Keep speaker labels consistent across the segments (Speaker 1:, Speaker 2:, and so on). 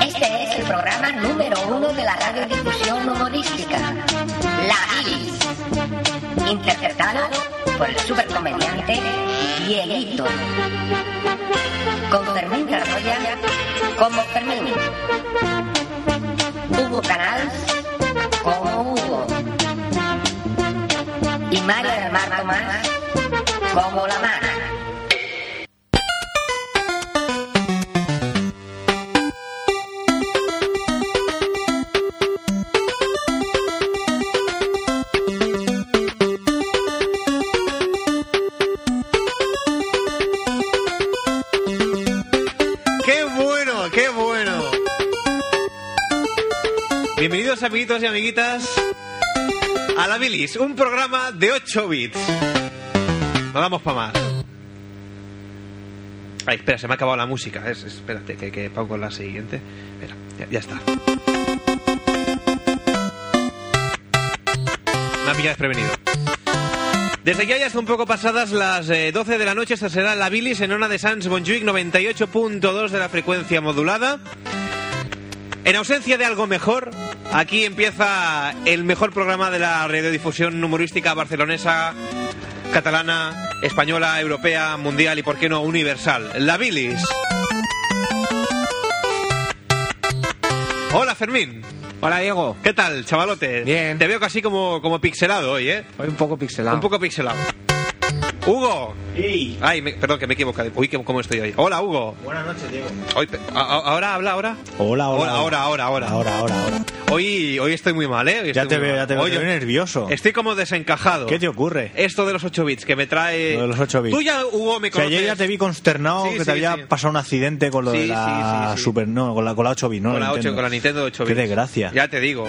Speaker 1: Este programa número uno de la radiodifusión humorística, La Iris, interpretado por el supercomediante Dieguito, con Fermín Carroya como Fermín, Hugo Canals como Hugo, y María del Mar Tomás como La Mara.
Speaker 2: ¡Qué bueno! ¡Qué bueno! Bienvenidos amiguitos y amiguitas a La Bilis, un programa de 8 bits. No damos para más. Ay, espera, se me ha acabado la música. Es- espérate, que, que pongo la siguiente. Espera, ya, ya está. Me ha pillado desprevenido. Desde que ya son un poco pasadas las eh, 12 de la noche, esta será la bilis en Ona de Sans Bonjuic 98.2 de la frecuencia modulada. En ausencia de algo mejor, aquí empieza el mejor programa de la radiodifusión humorística barcelonesa, catalana, española, europea, mundial y, por qué no, universal. La bilis. Hola, Fermín.
Speaker 3: Hola Diego,
Speaker 2: ¿Qué tal, chavalote?
Speaker 3: Bien.
Speaker 2: Te veo casi como, como pixelado hoy, ¿eh?
Speaker 3: hoy un poco pixelado.
Speaker 2: Un poco pixelado. Hugo. Ay, me- perdón, que me he equivocado. Uy, que- ¿cómo estoy hoy? Hola, Hugo.
Speaker 4: Buenas noches, Diego.
Speaker 2: Hoy pe- a- a- ahora habla, ahora.
Speaker 4: Hola, hola.
Speaker 2: Ahora, ahora, ahora, ahora.
Speaker 4: Ahora, ahora, ahora.
Speaker 2: Hoy, hoy estoy muy mal, ¿eh? Hoy
Speaker 4: Ya
Speaker 2: estoy
Speaker 4: te
Speaker 2: muy
Speaker 4: veo,
Speaker 2: mal.
Speaker 4: ya te veo.
Speaker 2: Hoy
Speaker 4: Te veo
Speaker 2: yo-
Speaker 4: nervioso.
Speaker 2: Estoy como desencajado.
Speaker 4: ¿Qué te ocurre?
Speaker 2: Esto de los 8 bits que me trae.
Speaker 4: Lo de los 8 bits.
Speaker 2: Tú ya, Hugo, me
Speaker 4: O sea,
Speaker 2: conoces.
Speaker 4: ayer ya te vi consternado
Speaker 2: Sí,
Speaker 4: que
Speaker 2: sí,
Speaker 4: te había
Speaker 2: sí.
Speaker 4: pasado un accidente con lo
Speaker 2: Sí,
Speaker 4: de la
Speaker 2: sí, sí, sí.
Speaker 4: Super. No, con la, con la 8 bits, ¿no?
Speaker 2: con la 8,
Speaker 4: Nintendo.
Speaker 2: con la Nintendo 8 bits.
Speaker 4: Qué desgracia.
Speaker 2: Ya te digo.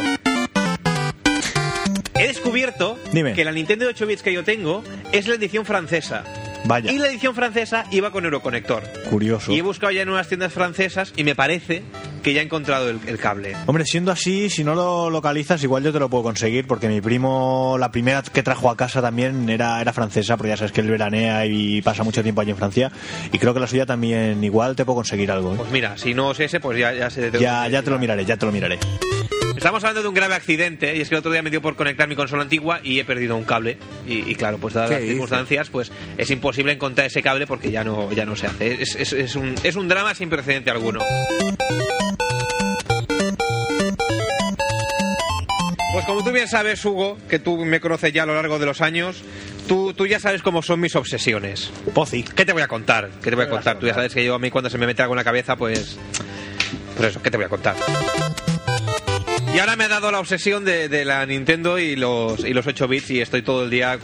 Speaker 2: He descubierto
Speaker 4: Dime.
Speaker 2: que la Nintendo 8 bits que yo tengo es la edición francesa.
Speaker 4: Vaya,
Speaker 2: Y la edición francesa iba con Euroconector.
Speaker 4: curioso.
Speaker 2: Y he buscado ya en unas tiendas francesas y me parece que ya he encontrado el, el cable.
Speaker 4: Hombre, siendo así, si no lo localizas, igual yo te lo puedo conseguir, porque mi primo, la primera que trajo a casa también era, era francesa, porque ya sabes que él veranea y pasa mucho tiempo allí en Francia, y creo que la suya también, igual te puedo conseguir algo. ¿eh?
Speaker 2: Pues mira, si no es ese, pues ya, ya se...
Speaker 4: Ya, ya te lo miraré, ya te lo miraré.
Speaker 2: Estamos hablando de un grave accidente y es que el otro día me dio por conectar mi consola antigua y he perdido un cable. Y, y claro, pues dadas
Speaker 3: ¿Qué
Speaker 2: las
Speaker 3: dices?
Speaker 2: circunstancias, pues es imposible encontrar ese cable porque ya no, ya no se hace. Es, es- es un, es un drama sin precedente alguno. Pues como tú bien sabes, Hugo, que tú me conoces ya a lo largo de los años, tú, tú ya sabes cómo son mis obsesiones.
Speaker 4: Pozi.
Speaker 2: ¿Qué te voy a contar? ¿Qué te voy a contar? Tú ya sabes que yo a mí cuando se me mete algo en la cabeza, pues... Pues eso, ¿qué te voy a contar? Y ahora me ha dado la obsesión de, de la Nintendo y los, y los 8 bits y estoy todo el día...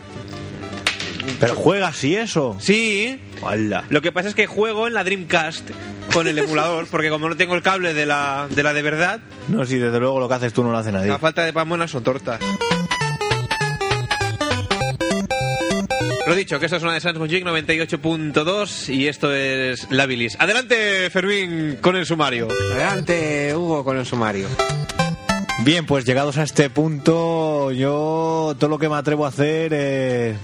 Speaker 4: Pero juegas y eso.
Speaker 2: Sí,
Speaker 4: Hola.
Speaker 2: lo que pasa es que juego en la Dreamcast con el emulador, porque como no tengo el cable de la de, la de verdad,
Speaker 4: No, si desde luego lo que haces tú no lo hace nadie.
Speaker 2: la falta de pan buena son tortas. Lo dicho, que esto es una de Samsung Jig 98.2 y esto es La Bilis. Adelante, Fermín, con el sumario.
Speaker 3: Adelante Hugo con el sumario.
Speaker 4: Bien, pues llegados a este punto, yo todo lo que me atrevo a hacer es...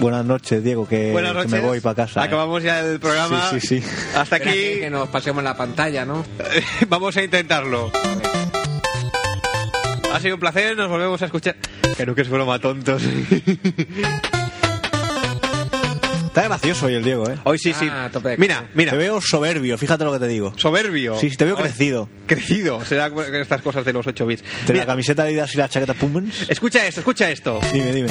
Speaker 4: Buenas noches, Diego, que,
Speaker 2: Buenas
Speaker 4: que
Speaker 2: noches.
Speaker 4: me voy para casa. ¿eh?
Speaker 2: Acabamos ya el programa.
Speaker 4: Sí, sí, sí.
Speaker 2: Hasta
Speaker 3: Espera que,
Speaker 2: aquí
Speaker 3: que nos pasemos la pantalla, ¿no?
Speaker 2: vamos a intentarlo. Ha sido un placer, nos volvemos a escuchar. Creo que es broma, tontos.
Speaker 4: Está gracioso hoy el Diego, ¿eh?
Speaker 2: Hoy sí, sí.
Speaker 3: Ah, a tope de
Speaker 2: mira,
Speaker 3: caña.
Speaker 2: Oh, mira.
Speaker 4: Te veo soberbio, fíjate lo que te digo.
Speaker 2: Soberbio.
Speaker 4: Sí, sí, te veo
Speaker 2: Hoy-
Speaker 4: crecido.
Speaker 2: Crecido. Será con estas cosas de los 8 bits.
Speaker 4: De la
Speaker 2: Mira,
Speaker 4: camiseta de Adidas y la chaqueta Pummens.
Speaker 2: escucha esto, escucha esto.
Speaker 4: Dime, dime.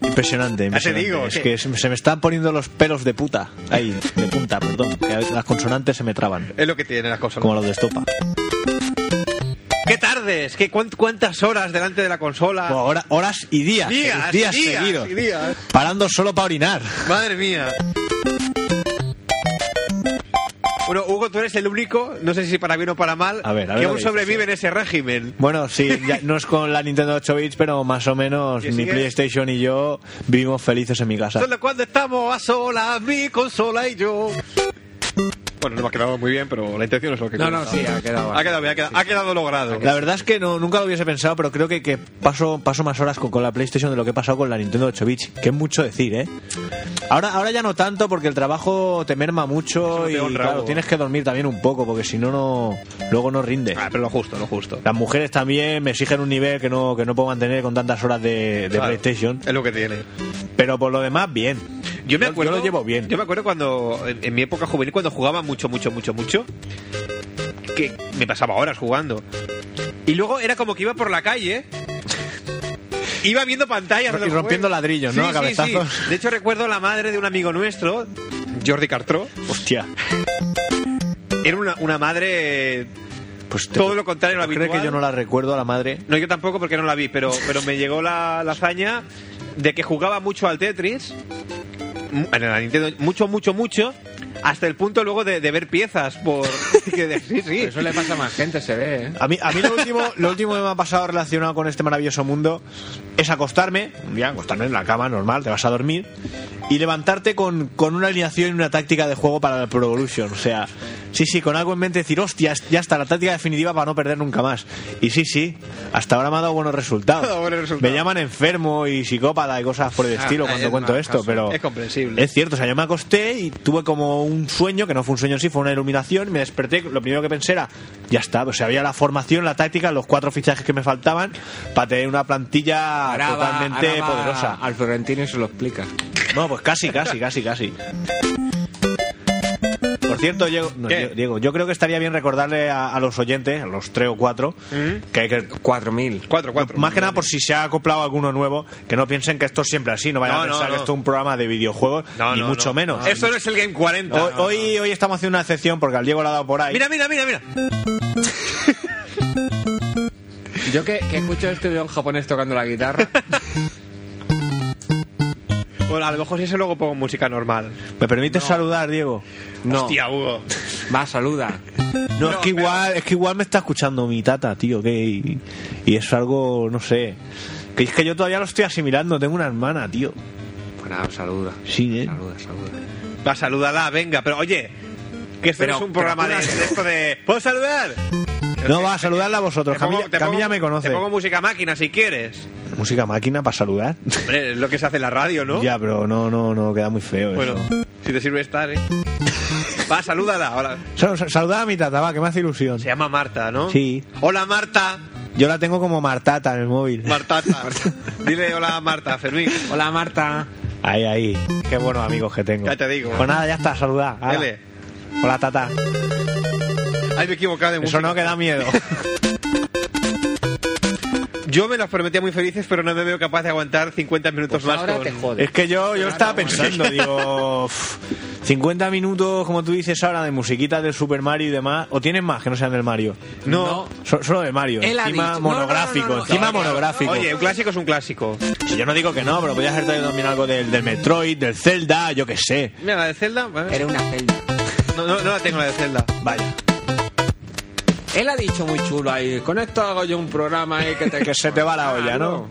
Speaker 4: Impresionante,
Speaker 2: Ya te
Speaker 4: impresionante.
Speaker 2: digo,
Speaker 4: es
Speaker 2: que-
Speaker 4: que, se se me están poniendo los pelos de puta. Ahí, de punta, perdón. Que a veces las consonantes se me traban,
Speaker 2: Es lo que tienen las cosas.
Speaker 4: como los de estopa.
Speaker 2: ¿Qué tardes? ¿Qué, cuán- ¿Cuántas horas delante de la consola?
Speaker 4: Bueno, hora- horas y días, eh,
Speaker 2: Días,
Speaker 4: días,
Speaker 2: días
Speaker 4: seguidos.
Speaker 2: y días.
Speaker 4: Parando solo para orinar.
Speaker 2: Madre mía. Bueno, Hugo, tú eres el único, no sé si para bien o para mal,
Speaker 4: A ver, a ver
Speaker 2: que
Speaker 4: lo
Speaker 2: aún
Speaker 4: que dices,
Speaker 2: sobrevive en ese régimen.
Speaker 4: Bueno, sí, ya no es con la Nintendo 8 bits, pero más o menos
Speaker 2: ¿Que
Speaker 4: mi
Speaker 2: sigues?
Speaker 4: PlayStation y yo vivimos felices en mi casa.
Speaker 2: Solo cuando estamos a solas, mi consola y yo. Bueno, no me ha quedado muy bien, pero la intención es lo que
Speaker 3: No, no,
Speaker 2: cuenta.
Speaker 3: sí, ha quedado.
Speaker 2: Ha quedado bien, ha quedado, ha quedado logrado.
Speaker 4: La verdad es que no, nunca lo hubiese pensado, pero creo que, que paso, paso más horas con, con la PlayStation de lo que he pasado con la Nintendo 8 bits, que es mucho decir, ¿eh? Ahora, ahora ya no tanto porque el trabajo te merma mucho
Speaker 2: Eso no te
Speaker 4: y
Speaker 2: honra,
Speaker 4: claro,
Speaker 2: Hugo.
Speaker 4: tienes que dormir también un poco porque si no, no luego no rinde.
Speaker 2: Ah, pero lo justo, lo justo.
Speaker 4: Las mujeres también me exigen un nivel que no, que no puedo mantener con tantas horas de, de
Speaker 2: Claro,
Speaker 4: PlayStation,
Speaker 2: Es lo que tiene.
Speaker 4: pero por lo demás, bien.
Speaker 2: Yo me acuerdo.
Speaker 4: lo llevo bien.
Speaker 2: Yo me acuerdo cuando, en, en mi época juvenil, cuando jugaba mucho, mucho, mucho, mucho, que me pasaba horas jugando. Y luego era como que iba por la calle. Iba viendo pantallas.
Speaker 4: Y rompiendo ladrillos,
Speaker 2: Sí,
Speaker 4: ¿no? A
Speaker 2: sí, sí.
Speaker 4: cabezazos.
Speaker 2: De hecho, recuerdo la madre de un amigo nuestro, Jordi Cartró.
Speaker 4: Hostia,
Speaker 2: Era una, una madre
Speaker 4: pues te-
Speaker 2: todo lo contrario a lo habitual.
Speaker 4: ¿crees que yo no la recuerdo a la madre?
Speaker 2: No, yo tampoco porque no la vi, pero, pero me llegó la, la hazaña de que jugaba mucho al Tetris, mu- en la Nintendo, mucho, mucho, mucho, hasta el punto luego de, de ver piezas por... que de- sí, sí.
Speaker 3: Eso le pasa a más gente, se ve, ¿eh?
Speaker 4: A mí, a mí lo, último, lo último que me ha pasado relacionado con este maravilloso mundo es acostarme, un día acostarme en la cama normal, te vas a dormir, y levantarte con, con una alineación y una táctica de juego para el Pro Evolution. O sea, sí, sí, con algo en mente decir, hostia, ya está, la táctica definitiva para no perder nunca más. Y sí, sí, hasta ahora me ha dado buenos resultados.
Speaker 2: Ha dado buenos resultados.
Speaker 4: Me llaman enfermo y psicópata y cosas por el estilo
Speaker 3: ah,
Speaker 4: cuando
Speaker 3: es
Speaker 4: cuento
Speaker 3: más
Speaker 4: esto,
Speaker 3: caso.
Speaker 4: pero...
Speaker 2: Es comprensible.
Speaker 4: Es cierto, o sea, yo me acosté y tuve como un sueño, que no fue un sueño en sí, fue una iluminación, me desperté, lo primero que pensé era, ya está, o sea, había la formación, la táctica, los cuatro fichajes que me faltaban para tener una plantilla
Speaker 3: Ahora va-
Speaker 4: Ah, totalmente
Speaker 3: ahora va
Speaker 4: poderosa.
Speaker 3: Al Florentino y se lo explica.
Speaker 4: No, pues casi, casi, casi, casi. Por cierto, Diego, no,
Speaker 2: ¿Qué?
Speaker 4: Diego, yo creo que estaría bien recordarle a, a los oyentes, a los tres o cuatro,
Speaker 2: Mm.
Speaker 4: que hay que
Speaker 3: 4.000.
Speaker 2: Cuatro, cuatro.
Speaker 4: más que nada por si se ha acoplado alguno nuevo, que no piensen que esto es siempre así, no vayan
Speaker 2: No,
Speaker 4: a
Speaker 2: no,
Speaker 4: pensar que
Speaker 2: no.
Speaker 4: esto es un programa de videojuegos,
Speaker 2: No,
Speaker 4: ni
Speaker 2: no,
Speaker 4: mucho
Speaker 2: no.
Speaker 4: menos.
Speaker 2: Esto no es el Game 40.
Speaker 4: Hoy, hoy, hoy estamos haciendo una excepción porque al Diego lo ha dado por ahí.
Speaker 2: Mira, mira, mira, mira.
Speaker 3: Yo que, que escucho este video en japonés tocando la guitarra.
Speaker 2: Bueno, a lo mejor si eso luego pongo música normal.
Speaker 4: ¿Me permites saludar, Diego?
Speaker 3: No.
Speaker 2: Hostia, Hugo.
Speaker 3: Va, saluda.
Speaker 4: No, es
Speaker 2: No,
Speaker 4: que
Speaker 2: pero-
Speaker 4: igual, es que igual me está escuchando mi tata, tío, que y, y es algo, no sé. Que es que yo todavía lo estoy asimilando, tengo una hermana, tío.
Speaker 3: Bueno, saluda.
Speaker 4: Sí, ¿eh?
Speaker 3: Saluda, saluda.
Speaker 2: Va, salúdala, venga. Pero oye, que esto
Speaker 3: Pero-
Speaker 2: no es un programa de,
Speaker 3: pero-
Speaker 2: de esto de... ¿Puedo saludar?
Speaker 4: No va a saludarla a vosotros,
Speaker 2: Te pongo-
Speaker 4: Camilla,
Speaker 2: te pongo-
Speaker 4: Camilla me conoce.
Speaker 2: Te pongo música máquina si quieres.
Speaker 4: Música máquina para saludar.
Speaker 2: Hombre, es lo que se hace en la radio, ¿no?
Speaker 4: Ya, pues. pero no, no, no, queda muy feo
Speaker 2: Bueno,
Speaker 4: eso.
Speaker 2: si te sirve estar, ¿eh? Va, salúdala. Hola.
Speaker 4: Sal- sal- saludad a mi tata, va, que me hace ilusión.
Speaker 2: Se llama Marta, ¿no?
Speaker 4: Sí.
Speaker 2: Hola, Marta.
Speaker 4: Yo la tengo como Martata en el móvil.
Speaker 2: Martata. Dile hola, Marta, Fermín.
Speaker 3: Hola, Marta.
Speaker 4: Ahí, ahí. Qué buenos amigos que tengo.
Speaker 2: Ya te digo.
Speaker 4: Pues nada, ya está, saludad. Hala.
Speaker 2: Dele.
Speaker 4: Hola, tata.
Speaker 2: Ay, me he equivocado de
Speaker 4: Eso
Speaker 2: música.
Speaker 4: no, que da miedo.
Speaker 2: Yo me las prometía muy felices, pero no me veo capaz de aguantar 50 minutos
Speaker 3: Pues
Speaker 2: más
Speaker 3: ahora
Speaker 2: con...
Speaker 3: te jodes.
Speaker 4: Es que yo, yo
Speaker 3: Claro,
Speaker 4: estaba
Speaker 3: bueno.
Speaker 4: pensando, digo, uff, 50 minutos, como tú dices ahora, de musiquitas del Super Mario y demás, o tienen más que no sean del Mario.
Speaker 2: No.
Speaker 4: So- solo de Mario.
Speaker 3: Él ha
Speaker 4: encima
Speaker 3: dicho- no, no,
Speaker 4: monográfico,
Speaker 3: no, no, no.
Speaker 4: encima
Speaker 3: No, no, no.
Speaker 4: monográfico.
Speaker 2: Oye, un clásico es un clásico.
Speaker 4: Si yo no digo que no, pero podías haber traído también algo del, del Metroid, del Zelda, yo que sé.
Speaker 2: Mira, la de Zelda... vale.
Speaker 3: Era una celda.
Speaker 2: No, no, no la tengo, la de Zelda.
Speaker 4: Vaya.
Speaker 3: Él ha dicho muy chulo ahí. Con esto hago yo un programa ahí que te. Ah,
Speaker 4: Que se te va la olla, ¿no?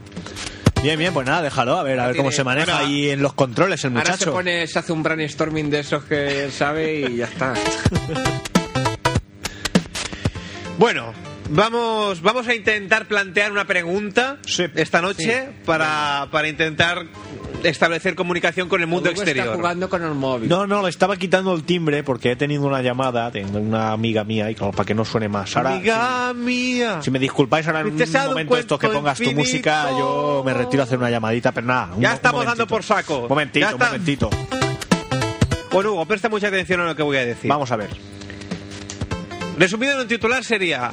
Speaker 4: Bien, bien, pues nada, déjalo, a ver, a ver cómo
Speaker 3: tiene-
Speaker 4: se maneja
Speaker 3: Ahora-
Speaker 4: ahí en los controles el
Speaker 3: Ahora se
Speaker 4: muchacho.
Speaker 3: pone, se hace un brainstorming de esos que él sabe y ya está.
Speaker 2: Bueno, vamos, vamos a intentar plantear una pregunta
Speaker 4: Sí.
Speaker 2: esta noche para, para intentar establecer comunicación con el mundo
Speaker 3: Hugo
Speaker 2: exterior.
Speaker 3: Está jugando con el móvil.
Speaker 4: No, no, le estaba quitando el timbre porque he tenido una llamada de una amiga mía y como para que no suene más. Ahora,
Speaker 2: Amiga mía.
Speaker 4: Si me disculpáis ahora en
Speaker 2: Te has
Speaker 4: un
Speaker 2: dado
Speaker 4: momento estos que
Speaker 2: cuerpo
Speaker 4: pongas tu
Speaker 2: infinito.
Speaker 4: música, yo me retiro a hacer una llamadita, pero nada. un-
Speaker 2: Ya
Speaker 4: un
Speaker 2: estamos
Speaker 4: momentito.
Speaker 2: dando por saco.
Speaker 4: Momentito,
Speaker 2: Ya está.
Speaker 4: momentito.
Speaker 2: Bueno, Hugo, presta mucha atención a lo que voy a decir.
Speaker 4: Vamos a ver.
Speaker 2: Resumido en un titular sería...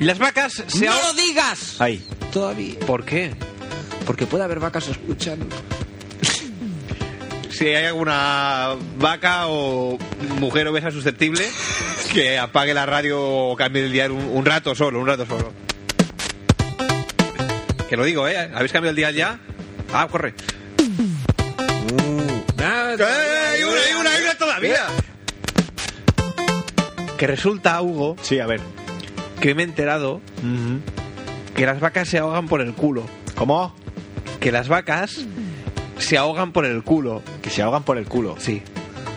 Speaker 2: Las vacas se
Speaker 3: ¡No
Speaker 2: ahogan...
Speaker 3: lo digas!
Speaker 4: Ahí.
Speaker 3: Todavía.
Speaker 2: ¿Por qué?
Speaker 3: Porque puede haber vacas escuchando.
Speaker 2: Si hay alguna vaca o mujer obesa susceptible, que apague la radio o cambie el dial un, un rato solo, un rato solo. Que lo digo, ¿eh? ¿Habéis cambiado el dial ya? Ah, corre.
Speaker 3: Nada,
Speaker 2: ¡Eh, ¡Hay una, hay una, hay una todavía! Que resulta, Hugo,
Speaker 4: Sí, a ver.
Speaker 2: que me he enterado
Speaker 4: Ujú.
Speaker 2: que las vacas se ahogan por el culo.
Speaker 4: ¿Cómo?
Speaker 2: Que las vacas se ahogan por el culo.
Speaker 4: Que se ahogan por el culo.
Speaker 2: Sí.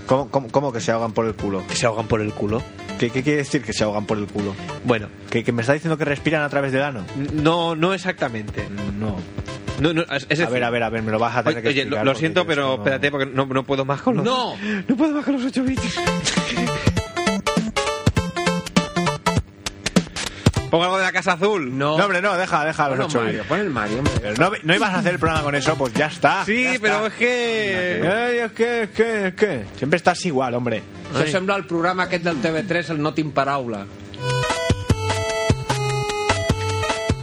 Speaker 4: ¿Cómo, cómo, cómo que se ahogan por el culo?
Speaker 2: Que se ahogan por el culo.
Speaker 4: ¿Qué, qué quiere decir que se ahogan por el culo?
Speaker 2: Bueno,
Speaker 4: ¿Que, que me está diciendo que respiran a través del ano?
Speaker 2: no, no exactamente.
Speaker 4: No.
Speaker 2: No, no, es- es
Speaker 4: A ver,
Speaker 2: decir-
Speaker 4: a ver, a ver, me lo vas a tener
Speaker 2: Oye,
Speaker 4: que
Speaker 2: oye,
Speaker 4: explicar
Speaker 2: lo, lo
Speaker 4: porque
Speaker 2: siento,
Speaker 4: yo esto
Speaker 2: pero
Speaker 4: no-
Speaker 2: espérate, porque no, no puedo más con los.
Speaker 3: No.
Speaker 2: No puedo más con los 8 bits. Pongo algo de la Casa Azul.
Speaker 3: No.
Speaker 4: No, hombre, no, deja, deja los
Speaker 3: Bueno,
Speaker 4: ocho
Speaker 3: Mario,
Speaker 4: vídeos.
Speaker 3: pon el Mario, hombre.
Speaker 4: Pero no, no ibas a hacer el programa con eso, pues ya está.
Speaker 2: Sí,
Speaker 4: Ya está.
Speaker 2: pero es que.
Speaker 4: Ay, es que, es que, es que. Siempre estás igual, hombre.
Speaker 3: Això sembla el programa aquest del TV3, el No tinc paraula.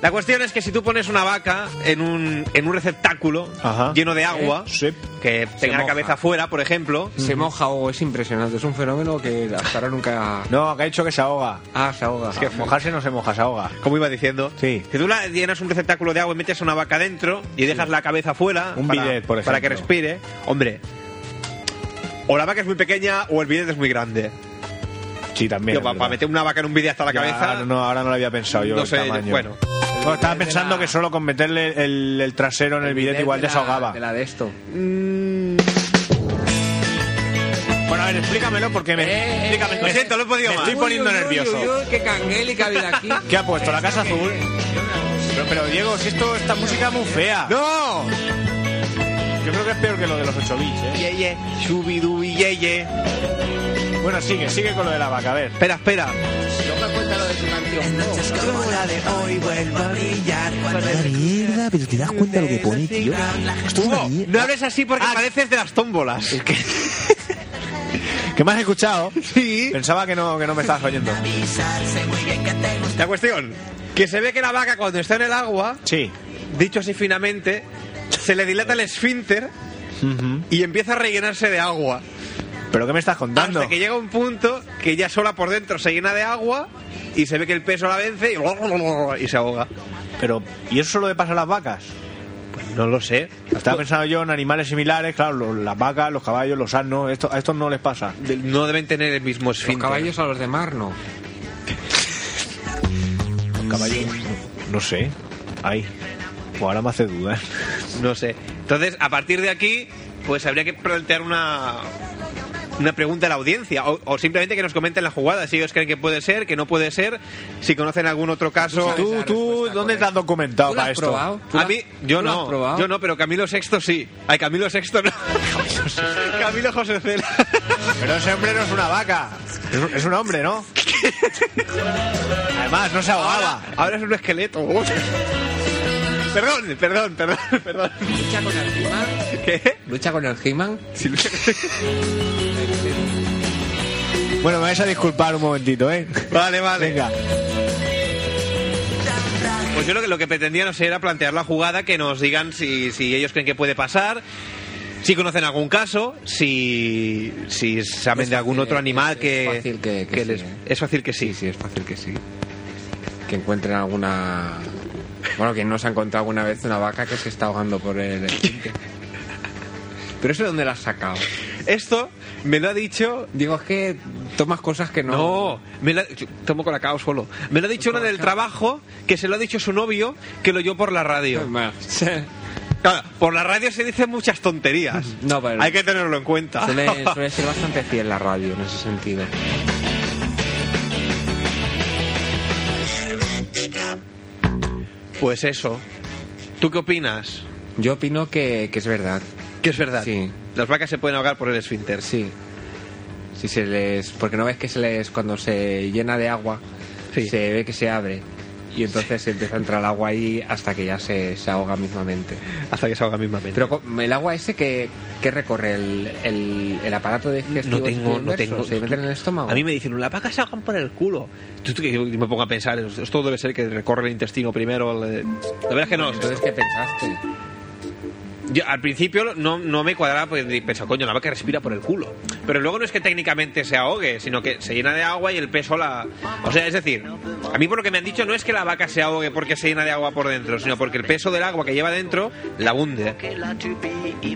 Speaker 2: La cuestión es que si tú pones una vaca en un, en un receptáculo
Speaker 4: Ajá.
Speaker 2: lleno de agua,
Speaker 4: Sí.
Speaker 2: que tenga la
Speaker 3: moja.
Speaker 2: cabeza fuera, por ejemplo,
Speaker 3: Se moja o es impresionante, es un fenómeno que hasta ahora nunca...
Speaker 4: No, que ha dicho que se ahoga.
Speaker 3: Ah, se ahoga.
Speaker 4: Que mojarse no se moja, se ahoga.
Speaker 2: como iba diciendo,
Speaker 4: Sí.
Speaker 2: si tú la- llenas un receptáculo de agua y metes una vaca dentro y dejas la cabeza fuera
Speaker 4: Un
Speaker 2: para,
Speaker 4: bidet, por
Speaker 2: para que
Speaker 4: ejemplo.
Speaker 2: respire, hombre, o la vaca es muy pequeña o el bidet es muy grande.
Speaker 4: Sí, también.
Speaker 2: Tío,
Speaker 4: es
Speaker 2: pa- para,
Speaker 4: verdad.
Speaker 2: meter una vaca en un vídeo hasta la
Speaker 4: Ya,
Speaker 2: cabeza.
Speaker 4: ahora no, ahora no lo había pensado yo.
Speaker 2: no
Speaker 4: el
Speaker 2: sé,
Speaker 4: tamaño.
Speaker 2: bueno.
Speaker 4: No, estaba pensando que solo con meterle el, el trasero en el billete igual
Speaker 3: de
Speaker 4: ya
Speaker 3: la-
Speaker 4: se ahogaba.
Speaker 3: De la de esto.
Speaker 4: Bueno, a ver, explícamelo porque me.
Speaker 3: Eh,
Speaker 4: explícame,
Speaker 3: eh,
Speaker 2: Lo siento, lo he podido
Speaker 4: me
Speaker 2: más.
Speaker 4: estoy poniendo
Speaker 3: Uy, uy, uy,
Speaker 4: nervioso.
Speaker 3: uy, qué cangueli que ha habido aquí.
Speaker 4: ¿Qué ha puesto? ¿La Casa Azul? Pero, pero, Diego, si esto, esta música es muy fea.
Speaker 2: ¡No!
Speaker 4: Yo creo que es peor que lo de los 8 bits, ¿eh?
Speaker 2: Yeye, shubidubi, yeye.
Speaker 4: Bueno, sigue, sigue con lo de la vaca, a ver.
Speaker 2: Espera, espera.
Speaker 3: No me cuenta lo de su canción. no.
Speaker 5: oscura de hoy vuelvo a brillar cuando la mierda pero te das cuenta lo que pone tío esto es una mierda Ah.
Speaker 2: No hables así porque pareces de las tómbolas.
Speaker 4: ¿Qué más has escuchado?
Speaker 2: Sí.
Speaker 4: Pensaba que no, que no me estabas oyendo.
Speaker 2: La cuestión, que se ve que la vaca cuando está en el agua,
Speaker 4: Sí.
Speaker 2: dicho así finamente, se le dilata el esfínter y empieza a rellenarse de agua.
Speaker 4: ¿Pero qué me estás contando?
Speaker 2: Hasta que llega un punto que ya sola por dentro se llena de agua y se ve que el peso la vence y, y se ahoga.
Speaker 4: Pero, ¿y eso solo le pasa a las vacas?
Speaker 2: No lo sé.
Speaker 4: Estaba pensando yo en animales similares, claro, los- las vacas, los caballos, los asnos, esto, a estos no les pasa.
Speaker 2: De- No deben tener el mismo
Speaker 3: Los
Speaker 2: esfínter.
Speaker 3: caballos a los de mar, no.
Speaker 4: Los caballos, no, no sé. Ay, pues ahora me hace duda.
Speaker 2: No sé. Entonces, a partir de aquí, pues habría que plantear una, una pregunta a la audiencia o, o simplemente que nos comenten la jugada, si ellos creen que puede ser, que no puede ser, si conocen algún otro caso.
Speaker 3: Tú
Speaker 4: ¿Tú,
Speaker 3: Esa
Speaker 4: tú
Speaker 3: respuesta
Speaker 4: dónde te
Speaker 3: correcta.
Speaker 4: has documentado
Speaker 3: ¿Tú lo
Speaker 4: para
Speaker 3: has
Speaker 4: esto?
Speaker 3: probado? ¿Tú
Speaker 2: A
Speaker 3: la-
Speaker 2: mí, yo
Speaker 3: tú la has
Speaker 2: no,
Speaker 3: probado?
Speaker 2: yo no, pero Camilo Sexto sí. Ay, Camilo Sexto no. Camilo José Cela.
Speaker 4: Pero ese hombre no es una vaca, es, un- es un hombre, ¿no? Además, no se ahogaba.
Speaker 2: Ahora es un esqueleto. Perdón, perdón, perdón, perdón.
Speaker 3: Lucha con el He-Man.
Speaker 2: ¿Qué?
Speaker 3: Lucha con el He-Man.
Speaker 2: Si lo-
Speaker 4: Bueno, me vais a disculpar un momentito, ¿eh?
Speaker 2: Vale, vale.
Speaker 4: Venga.
Speaker 2: Pues yo lo que, lo que pretendía, no sé, era plantear la jugada, que nos digan si, si ellos creen que puede pasar, si conocen algún caso, si, si saben
Speaker 3: Es
Speaker 2: de algún
Speaker 3: fácil,
Speaker 2: otro
Speaker 3: eh,
Speaker 2: animal
Speaker 3: es-
Speaker 2: que...
Speaker 3: es fácil que- que sí,
Speaker 2: les-
Speaker 3: eh.
Speaker 2: Es fácil que sí.
Speaker 3: Sí, sí, es fácil que sí. Que encuentren alguna... Bueno, que no se ha encontrado alguna vez una vaca que se está ahogando por el... esfínter. Pero eso de dónde la has sacado.
Speaker 2: Esto me lo ha dicho...
Speaker 3: Digo, es que tomas cosas que no...
Speaker 2: No, me lo, yo tomo con la cao solo. Me lo ha dicho una del trabajo, que se lo ha dicho su novio, que lo oyó por la radio.
Speaker 3: Bueno,
Speaker 2: Claro, por la radio se dicen muchas tonterías.
Speaker 3: No, pero-
Speaker 2: Hay que tenerlo en cuenta.
Speaker 3: Suele, suele ser bastante fiel la radio en ese sentido.
Speaker 2: Pues eso. ¿Tú qué opinas?
Speaker 3: Yo opino que, que es verdad.
Speaker 2: Que es verdad.
Speaker 3: Sí.
Speaker 2: Las vacas se pueden ahogar por el esfínter.
Speaker 3: Sí. Si se les... Porque no ves que se les... Cuando se llena de agua,
Speaker 2: Sí.
Speaker 3: se ve que se abre. Y entonces empieza a entrar el agua ahí hasta que ya se, se ahoga mismamente.
Speaker 2: Hasta que se ahoga mismamente.
Speaker 3: Pero con- el agua ese que, que recorre el, el, el aparato digestivo.
Speaker 2: no tengo, no
Speaker 3: inverso,
Speaker 2: tengo.
Speaker 3: Se mete en el estómago.
Speaker 2: A mí me dicen, las vacas se ahogan por el culo. Yo, yo- yo me pongo a pensar, esto debe ser que recorre el intestino primero. el- La verdad es que no.
Speaker 3: Entonces, ¿qué pensaste?
Speaker 2: Yo, al principio no, no me cuadraba porque pensaba, coño, la vaca respira por el culo. Pero luego no es que técnicamente se ahogue, sino que se llena de agua y el peso la. O sea, es decir, a mí por lo que me han dicho no es que la vaca se ahogue porque se llena de agua por dentro, sino porque el peso del agua que lleva dentro la hunde.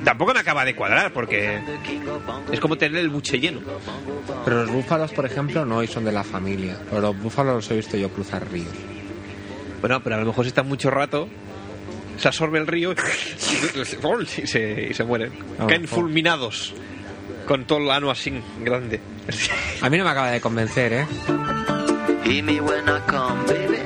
Speaker 2: Tampoco me acaba de cuadrar porque es como tener el buche lleno.
Speaker 3: Pero los búfalos, por ejemplo, no, y son de la familia. Pero los búfalos los he visto yo cruzar ríos.
Speaker 2: Bueno, pero a lo mejor si está mucho rato, se absorbe el río y se, y se mueren.
Speaker 3: A lo
Speaker 2: Caen
Speaker 3: mejor.
Speaker 2: fulminados. con todo el ano así, grande.
Speaker 3: A mí no me acaba de convencer, ¿eh?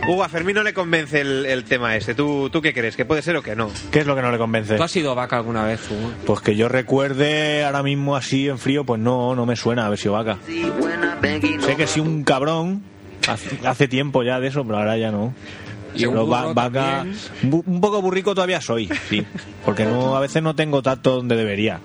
Speaker 2: Hugo, a Fermín no le convence el, el tema este. ¿Tú, ¿Tú qué crees? ¿Que puede ser o que no?
Speaker 4: ¿Qué es lo que no le convence?
Speaker 3: ¿Tú has sido vaca alguna vez, Hugo?
Speaker 4: Pues que yo recuerde ahora mismo así en frío, pues no, no me suena a ver si vaca. Sé que sí un cabrón hace, hace tiempo ya de eso, pero ahora ya no.
Speaker 3: Y un
Speaker 4: Pero va-
Speaker 3: burro
Speaker 4: vaca- bu- un poco burrico todavía soy, sí, porque no a veces no tengo tacto donde debería.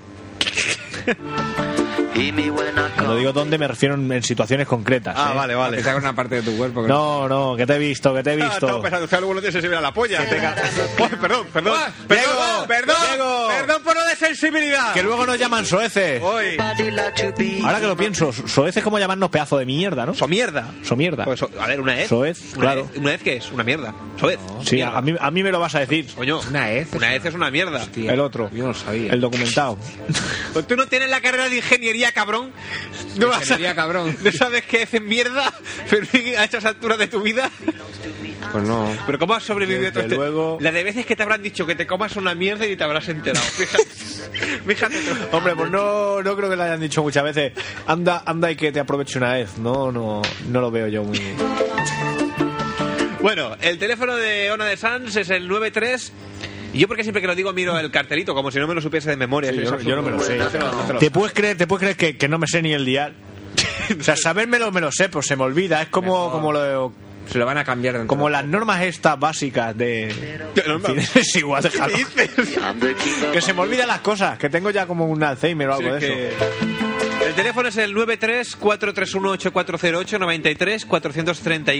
Speaker 4: Cuando digo donde me refiero en, en situaciones concretas.
Speaker 2: Ah,
Speaker 4: ¿eh?
Speaker 2: vale, vale.
Speaker 3: Te saca una parte de tu cuerpo. que-
Speaker 4: No, no, que te he visto, que te he
Speaker 2: Ah,
Speaker 4: visto.
Speaker 2: estaba pensando, ojalá alguno de esos se vea la polla. Tenga- Uy, perdón, perdón,
Speaker 3: Ah,
Speaker 2: perdón,
Speaker 3: Diego,
Speaker 2: perdón,
Speaker 4: Diego.
Speaker 2: perdón por no de sensibilidad.
Speaker 4: Que luego nos llaman soeces.
Speaker 2: Uy,
Speaker 4: Ahora que lo pienso, so- soez es como llamarnos pedazo de mierda, ¿no?
Speaker 2: so mierda.
Speaker 4: So mierda.
Speaker 2: Pues, so- a ver, una vez.
Speaker 4: Soez,
Speaker 2: una
Speaker 4: claro.
Speaker 2: vez- una vez que es una mierda. Soez.
Speaker 4: Sí,
Speaker 2: Mierda.
Speaker 4: a mí, a mí me lo vas a decir.
Speaker 2: Coño,
Speaker 3: Una E, ¿eh? vez.
Speaker 2: una vez es una mierda.
Speaker 3: Hostia,
Speaker 4: el otro.
Speaker 3: Yo no lo sabía.
Speaker 4: El documentado.
Speaker 2: Pues tú no tienes la carrera de ingeniería, cabrón. No vas a-
Speaker 3: Ingeniería, cabrón.
Speaker 2: No sabes qué es en mierda, Fermín, a estas alturas de tu vida.
Speaker 3: Pues no.
Speaker 2: Pero ¿cómo has sobrevivido
Speaker 4: Desde
Speaker 2: todo este-
Speaker 4: luego.
Speaker 2: La de veces que te habrán dicho que te comas una mierda y te habrás enterado. Fíjate. Fíjate. tú.
Speaker 4: Hombre, pues no, no creo que le hayan dicho muchas veces. Anda, anda y que te aproveche una vez. No, no, no lo veo yo muy.
Speaker 2: Bueno, el teléfono de Ona de Sanz es el 93. Y yo porque siempre que lo digo miro el cartelito, como si no me lo supiese de memoria. Soy
Speaker 4: yo,
Speaker 2: absurdo.
Speaker 4: yo Pues, no me lo sé. ¿Te puedes creer, te puedes creer que, que no me sé ni el dial? O sea, sabérmelo me lo sé, pero se me olvida. Es como, como, lo-
Speaker 3: Se lo van a cambiar dentro.
Speaker 4: como las normas estas básicas de. Es igual, déjalo.
Speaker 2: ¿Qué dices?
Speaker 4: Que se me olvidan las cosas, que tengo ya como un Alzheimer o
Speaker 2: Sí,
Speaker 4: algo de
Speaker 2: que-
Speaker 4: eso.
Speaker 2: El teléfono es el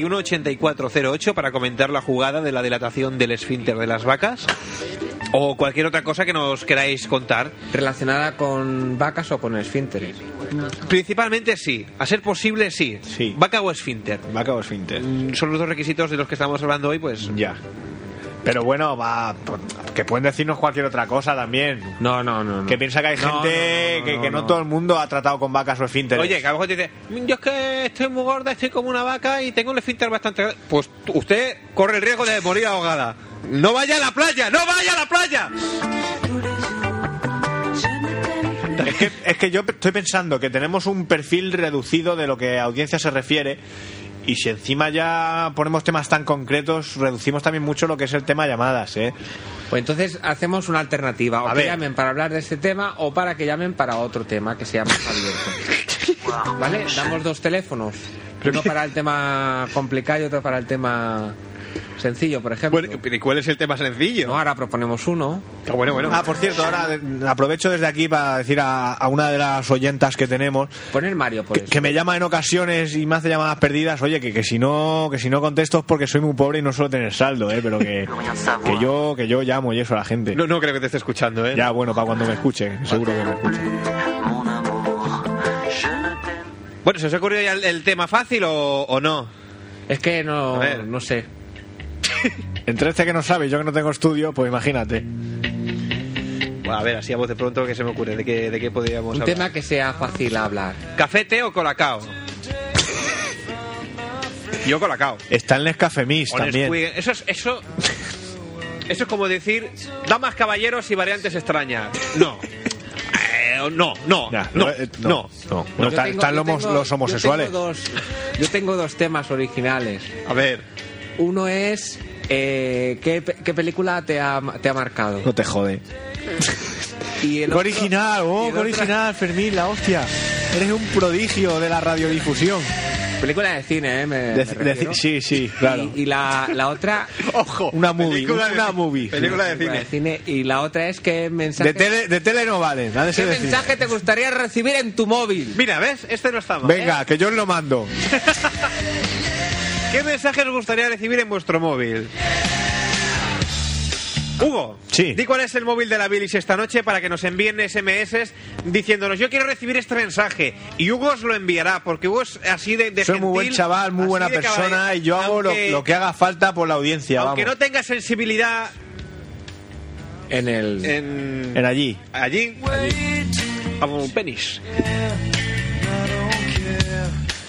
Speaker 2: 93-431-8408-93-431-8408 para comentar la jugada de la dilatación del esfínter de las vacas o cualquier otra cosa que nos queráis contar.
Speaker 3: ¿Relacionada con vacas o con esfínteres?
Speaker 2: Principalmente sí, a ser posible sí.
Speaker 4: Sí.
Speaker 2: Vaca o esfínter.
Speaker 4: Me acabo finter.
Speaker 2: Mm, Son los dos requisitos de los que estamos hablando hoy, pues...
Speaker 4: Ya. Pero bueno, va. pues, Que pueden decirnos cualquier otra cosa también.
Speaker 3: No, no, no. no.
Speaker 4: Que piensa que hay
Speaker 3: No,
Speaker 4: gente
Speaker 3: no, no,
Speaker 4: que,
Speaker 3: no,
Speaker 4: que no,
Speaker 3: no.
Speaker 4: todo el mundo ha tratado con vacas o esfínteres.
Speaker 2: Oye, que a lo mejor te dice, "Mm, yo es que estoy muy gorda, estoy como una vaca y tengo un esfínter bastante grande. Pues tú- usted corre el riesgo de morir ahogada. ¡No vaya a la playa! ¡No vaya a la playa!
Speaker 4: es, que, es que yo estoy pensando que tenemos un perfil reducido de lo que a audiencia se refiere. Y si encima ya ponemos temas tan concretos, reducimos también mucho lo que es el tema llamadas, ¿eh?
Speaker 3: Pues entonces hacemos una alternativa. O
Speaker 4: A
Speaker 3: que
Speaker 4: ver.
Speaker 3: llamen para hablar de este tema o para que llamen para otro tema que sea más abierto. ¿Vale? Damos dos teléfonos. Uno para el tema complicado y otro para el tema sencillo, por ejemplo.
Speaker 2: Bueno, pero ¿y cuál es el tema sencillo?
Speaker 3: No, ahora proponemos uno.
Speaker 2: Ah, bueno, bueno.
Speaker 4: Ah, por cierto, ahora de- aprovecho desde aquí para decir a, a una de las oyentas que tenemos
Speaker 3: Poner Mario, por
Speaker 4: que,
Speaker 3: Pues eso.
Speaker 4: que me llama en ocasiones y me hace llamadas perdidas. Oye, que, que si no que si no contesto es porque soy muy pobre y no suelo tener saldo, ¿eh? Pero que, que yo que yo llamo y eso a la gente.
Speaker 2: no, no creo que te esté escuchando, ¿eh?
Speaker 4: Ya, bueno, para cuando me escuche, seguro que me escuche.
Speaker 2: Bueno, ¿se os ha ocurrido ya el, el tema fácil o, o no?
Speaker 3: Es que
Speaker 2: A
Speaker 3: no,
Speaker 2: ver.
Speaker 3: no sé.
Speaker 4: Entre este que no sabe y yo que no tengo estudio, pues imagínate.
Speaker 2: Bueno, a ver, así a voz de pronto, ¿qué se me ocurre? ¿De qué, de qué podríamos
Speaker 3: Un
Speaker 2: hablar?
Speaker 3: tema que sea fácil hablar.
Speaker 2: ¿Café, té o colacao? Yo colacao.
Speaker 4: Está el Nescafé Mix
Speaker 2: Honest
Speaker 4: también.
Speaker 2: Wig- Eso es, eso, eso es como decir damas, caballeros y variantes extrañas. No. Eh, no, no,
Speaker 4: Ya,
Speaker 2: no,
Speaker 4: eh,
Speaker 2: no.
Speaker 4: no.
Speaker 3: Yo
Speaker 4: Bueno, está-
Speaker 3: tengo-
Speaker 4: están
Speaker 3: yo
Speaker 4: los, mos-
Speaker 3: tengo-
Speaker 4: los homosexuales.
Speaker 3: Yo tengo, dos, yo tengo dos temas originales.
Speaker 2: A ver,
Speaker 3: Uno es eh, ¿qué, pe- qué película te ha, te ha marcado.
Speaker 4: No te jode.
Speaker 3: Y el
Speaker 4: Qué
Speaker 3: otro-
Speaker 4: original,
Speaker 3: y
Speaker 4: oh,
Speaker 3: el
Speaker 4: qué
Speaker 3: otro-
Speaker 4: original, Fermín, la hostia. Eres un prodigio de la radiodifusión.
Speaker 3: Película de cine, ¿eh? Me, me
Speaker 4: De- de-
Speaker 3: refiero.
Speaker 4: sí, sí, claro.
Speaker 3: Y, y la, la otra.
Speaker 2: ojo.
Speaker 4: Una movie, una
Speaker 2: de,
Speaker 4: movie.
Speaker 2: Película de
Speaker 3: película
Speaker 2: cine.
Speaker 3: de cine. Y la otra es qué mensaje.
Speaker 4: De tele, de tele no vale, ha de
Speaker 3: ¿Qué
Speaker 4: ser de cine.
Speaker 3: mensaje te gustaría recibir en tu móvil?
Speaker 2: Mira, ¿ves? Este no está mal.
Speaker 4: Venga, que yo os lo mando.
Speaker 2: ¿Qué mensaje os gustaría recibir en vuestro móvil? Hugo,
Speaker 4: Sí.
Speaker 2: di cuál es el móvil de la Bilis esta noche para que nos envíen SMS diciéndonos yo quiero recibir este mensaje y Hugo os lo enviará porque Hugo es así de, de
Speaker 4: Soy muy
Speaker 2: gentil,
Speaker 4: buen chaval, muy
Speaker 2: así
Speaker 4: buena
Speaker 2: de
Speaker 4: persona
Speaker 2: caballero.
Speaker 4: y yo hago lo,
Speaker 2: Aunque-
Speaker 4: lo que haga falta por la audiencia,
Speaker 2: aunque
Speaker 4: vamos.
Speaker 2: no tenga sensibilidad
Speaker 3: En el.
Speaker 2: en,
Speaker 4: En allí.
Speaker 2: allí, a un penis.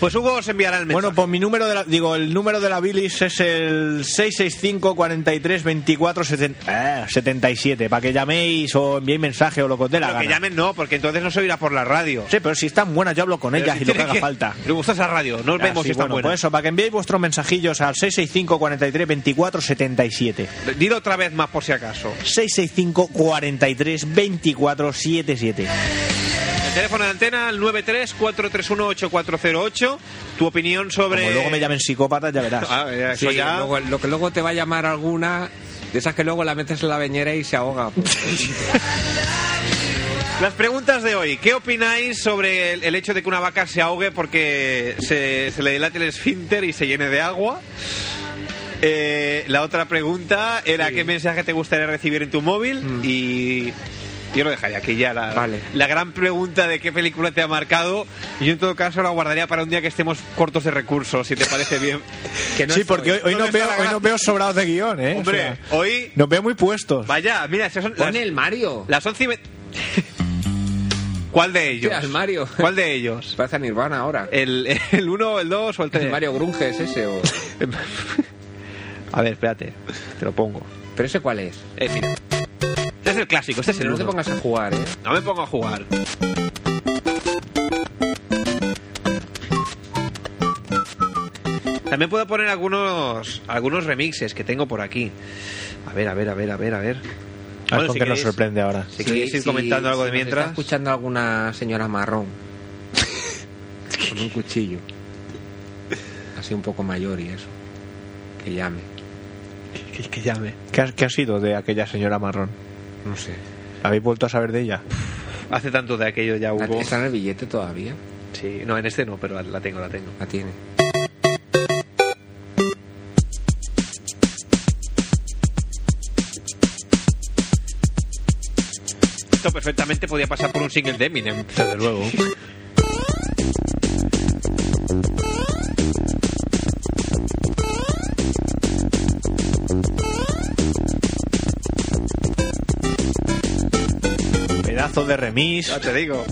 Speaker 2: Pues Hugo os enviará el mensaje.
Speaker 4: Bueno, pues mi número de la, digo, el número de la bilis es el 665 43 24 70, eh, 77, para que llaméis o enviéis mensaje o lo que os dé la
Speaker 2: Pero que
Speaker 4: gana.
Speaker 2: llamen no, porque entonces no se oirá por la radio.
Speaker 4: Sí, pero si están buenas yo hablo con
Speaker 2: Pero
Speaker 4: ellas
Speaker 2: si
Speaker 4: y lo que
Speaker 2: tiene
Speaker 4: haga falta.
Speaker 2: Le gusta esa radio, no
Speaker 4: Ah,
Speaker 2: vemos
Speaker 4: sí,
Speaker 2: si está
Speaker 4: bueno,
Speaker 2: buena.
Speaker 4: Por eso, para que enviéis vuestros mensajillos al 665 43 24 77.
Speaker 2: Dilo otra vez más por si acaso.
Speaker 4: 665 43 24 77.
Speaker 2: El teléfono de antena, el 934318408. Tu opinión sobre...
Speaker 4: Como luego me llamen psicópata, ya verás.
Speaker 2: Ah, ya, eso
Speaker 3: Sí,
Speaker 2: ya...
Speaker 3: luego- lo que luego te va a llamar alguna de esas que luego la metes en la bañera y se ahoga.
Speaker 2: Las preguntas de hoy. ¿Qué opináis sobre el, el hecho de que una vaca se ahogue porque se, se le dilate el esfínter y se llene de agua? Eh, la otra pregunta era qué mensaje te gustaría recibir en tu móvil
Speaker 4: Mm.
Speaker 2: y yo lo dejaría aquí ya. La,
Speaker 3: Vale.
Speaker 2: la gran pregunta de qué película te ha marcado, yo en todo caso la guardaría para un día que estemos cortos de recursos, si te parece bien.
Speaker 3: Que no
Speaker 4: sí,
Speaker 3: es
Speaker 4: porque hoy, hoy
Speaker 2: ¿Dónde
Speaker 4: nos veo,
Speaker 2: está la
Speaker 4: hoy nos veo sobrados de guión, ¿eh?
Speaker 2: Hombre,
Speaker 4: O sea,
Speaker 2: hoy...
Speaker 4: nos veo muy puestos.
Speaker 2: Vaya, mira, esas son las,
Speaker 3: Pon el Mario.
Speaker 2: las once y ve- ¿Cuál de ellos?
Speaker 3: Hostia, el Mario.
Speaker 2: ¿Cuál de ellos?
Speaker 3: Parece a Nirvana ahora.
Speaker 2: ¿El, el 1, el 2 o el 3?
Speaker 3: El Mario Grunge es ese o...
Speaker 2: A ver, espérate, te lo pongo.
Speaker 3: ¿Pero ese cuál es?
Speaker 2: En fin. Este es el clásico, este es el
Speaker 3: no te
Speaker 2: uno.
Speaker 3: pongas a jugar, ¿eh?
Speaker 2: No me pongo a jugar. También puedo poner algunos algunos remixes que tengo por aquí. A ver, a ver, a ver, a ver, a ver.
Speaker 4: A ver
Speaker 2: Bueno,
Speaker 4: con
Speaker 2: si
Speaker 4: qué nos
Speaker 2: queréis-
Speaker 4: sorprende ahora.
Speaker 2: Si queréis ir comentando algo de
Speaker 3: si nos
Speaker 2: mientras.
Speaker 3: Está escuchando alguna señora marrón. Con un cuchillo. Así un poco mayor y eso. Que llame.
Speaker 2: Que, llame.
Speaker 4: ¿Qué ha, qué ha sido de aquella señora marrón?
Speaker 3: No sé.
Speaker 4: ¿Habéis vuelto a saber de ella?
Speaker 2: Hace tanto de aquello ya
Speaker 3: ¿La-
Speaker 2: hubo.
Speaker 3: ¿Está en el billete todavía?
Speaker 2: Sí, no, en este no, pero la- la tengo, la tengo.
Speaker 3: La tiene.
Speaker 2: Esto perfectamente podía pasar por un single de Eminem.
Speaker 4: Desde luego. Pedazo de remis.
Speaker 2: Ya te digo.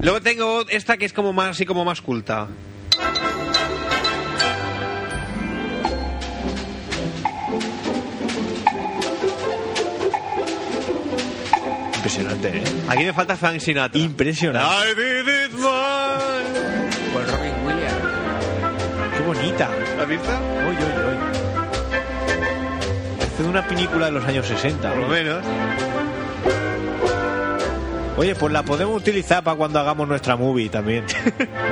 Speaker 2: Luego tengo esta que es como más así como más culta.
Speaker 4: Impresionante, ¿eh?
Speaker 2: Aquí me falta Frank Sinatra.
Speaker 4: Impresionante.
Speaker 2: I did it mine.
Speaker 3: Con Robin Williams.
Speaker 4: ¡Qué bonita!
Speaker 2: ¿La has visto?
Speaker 4: Uy, uy, uy. Parece de una película de los años 60.
Speaker 2: Por lo menos.
Speaker 4: Oye, pues la podemos utilizar para cuando hagamos nuestra movie también.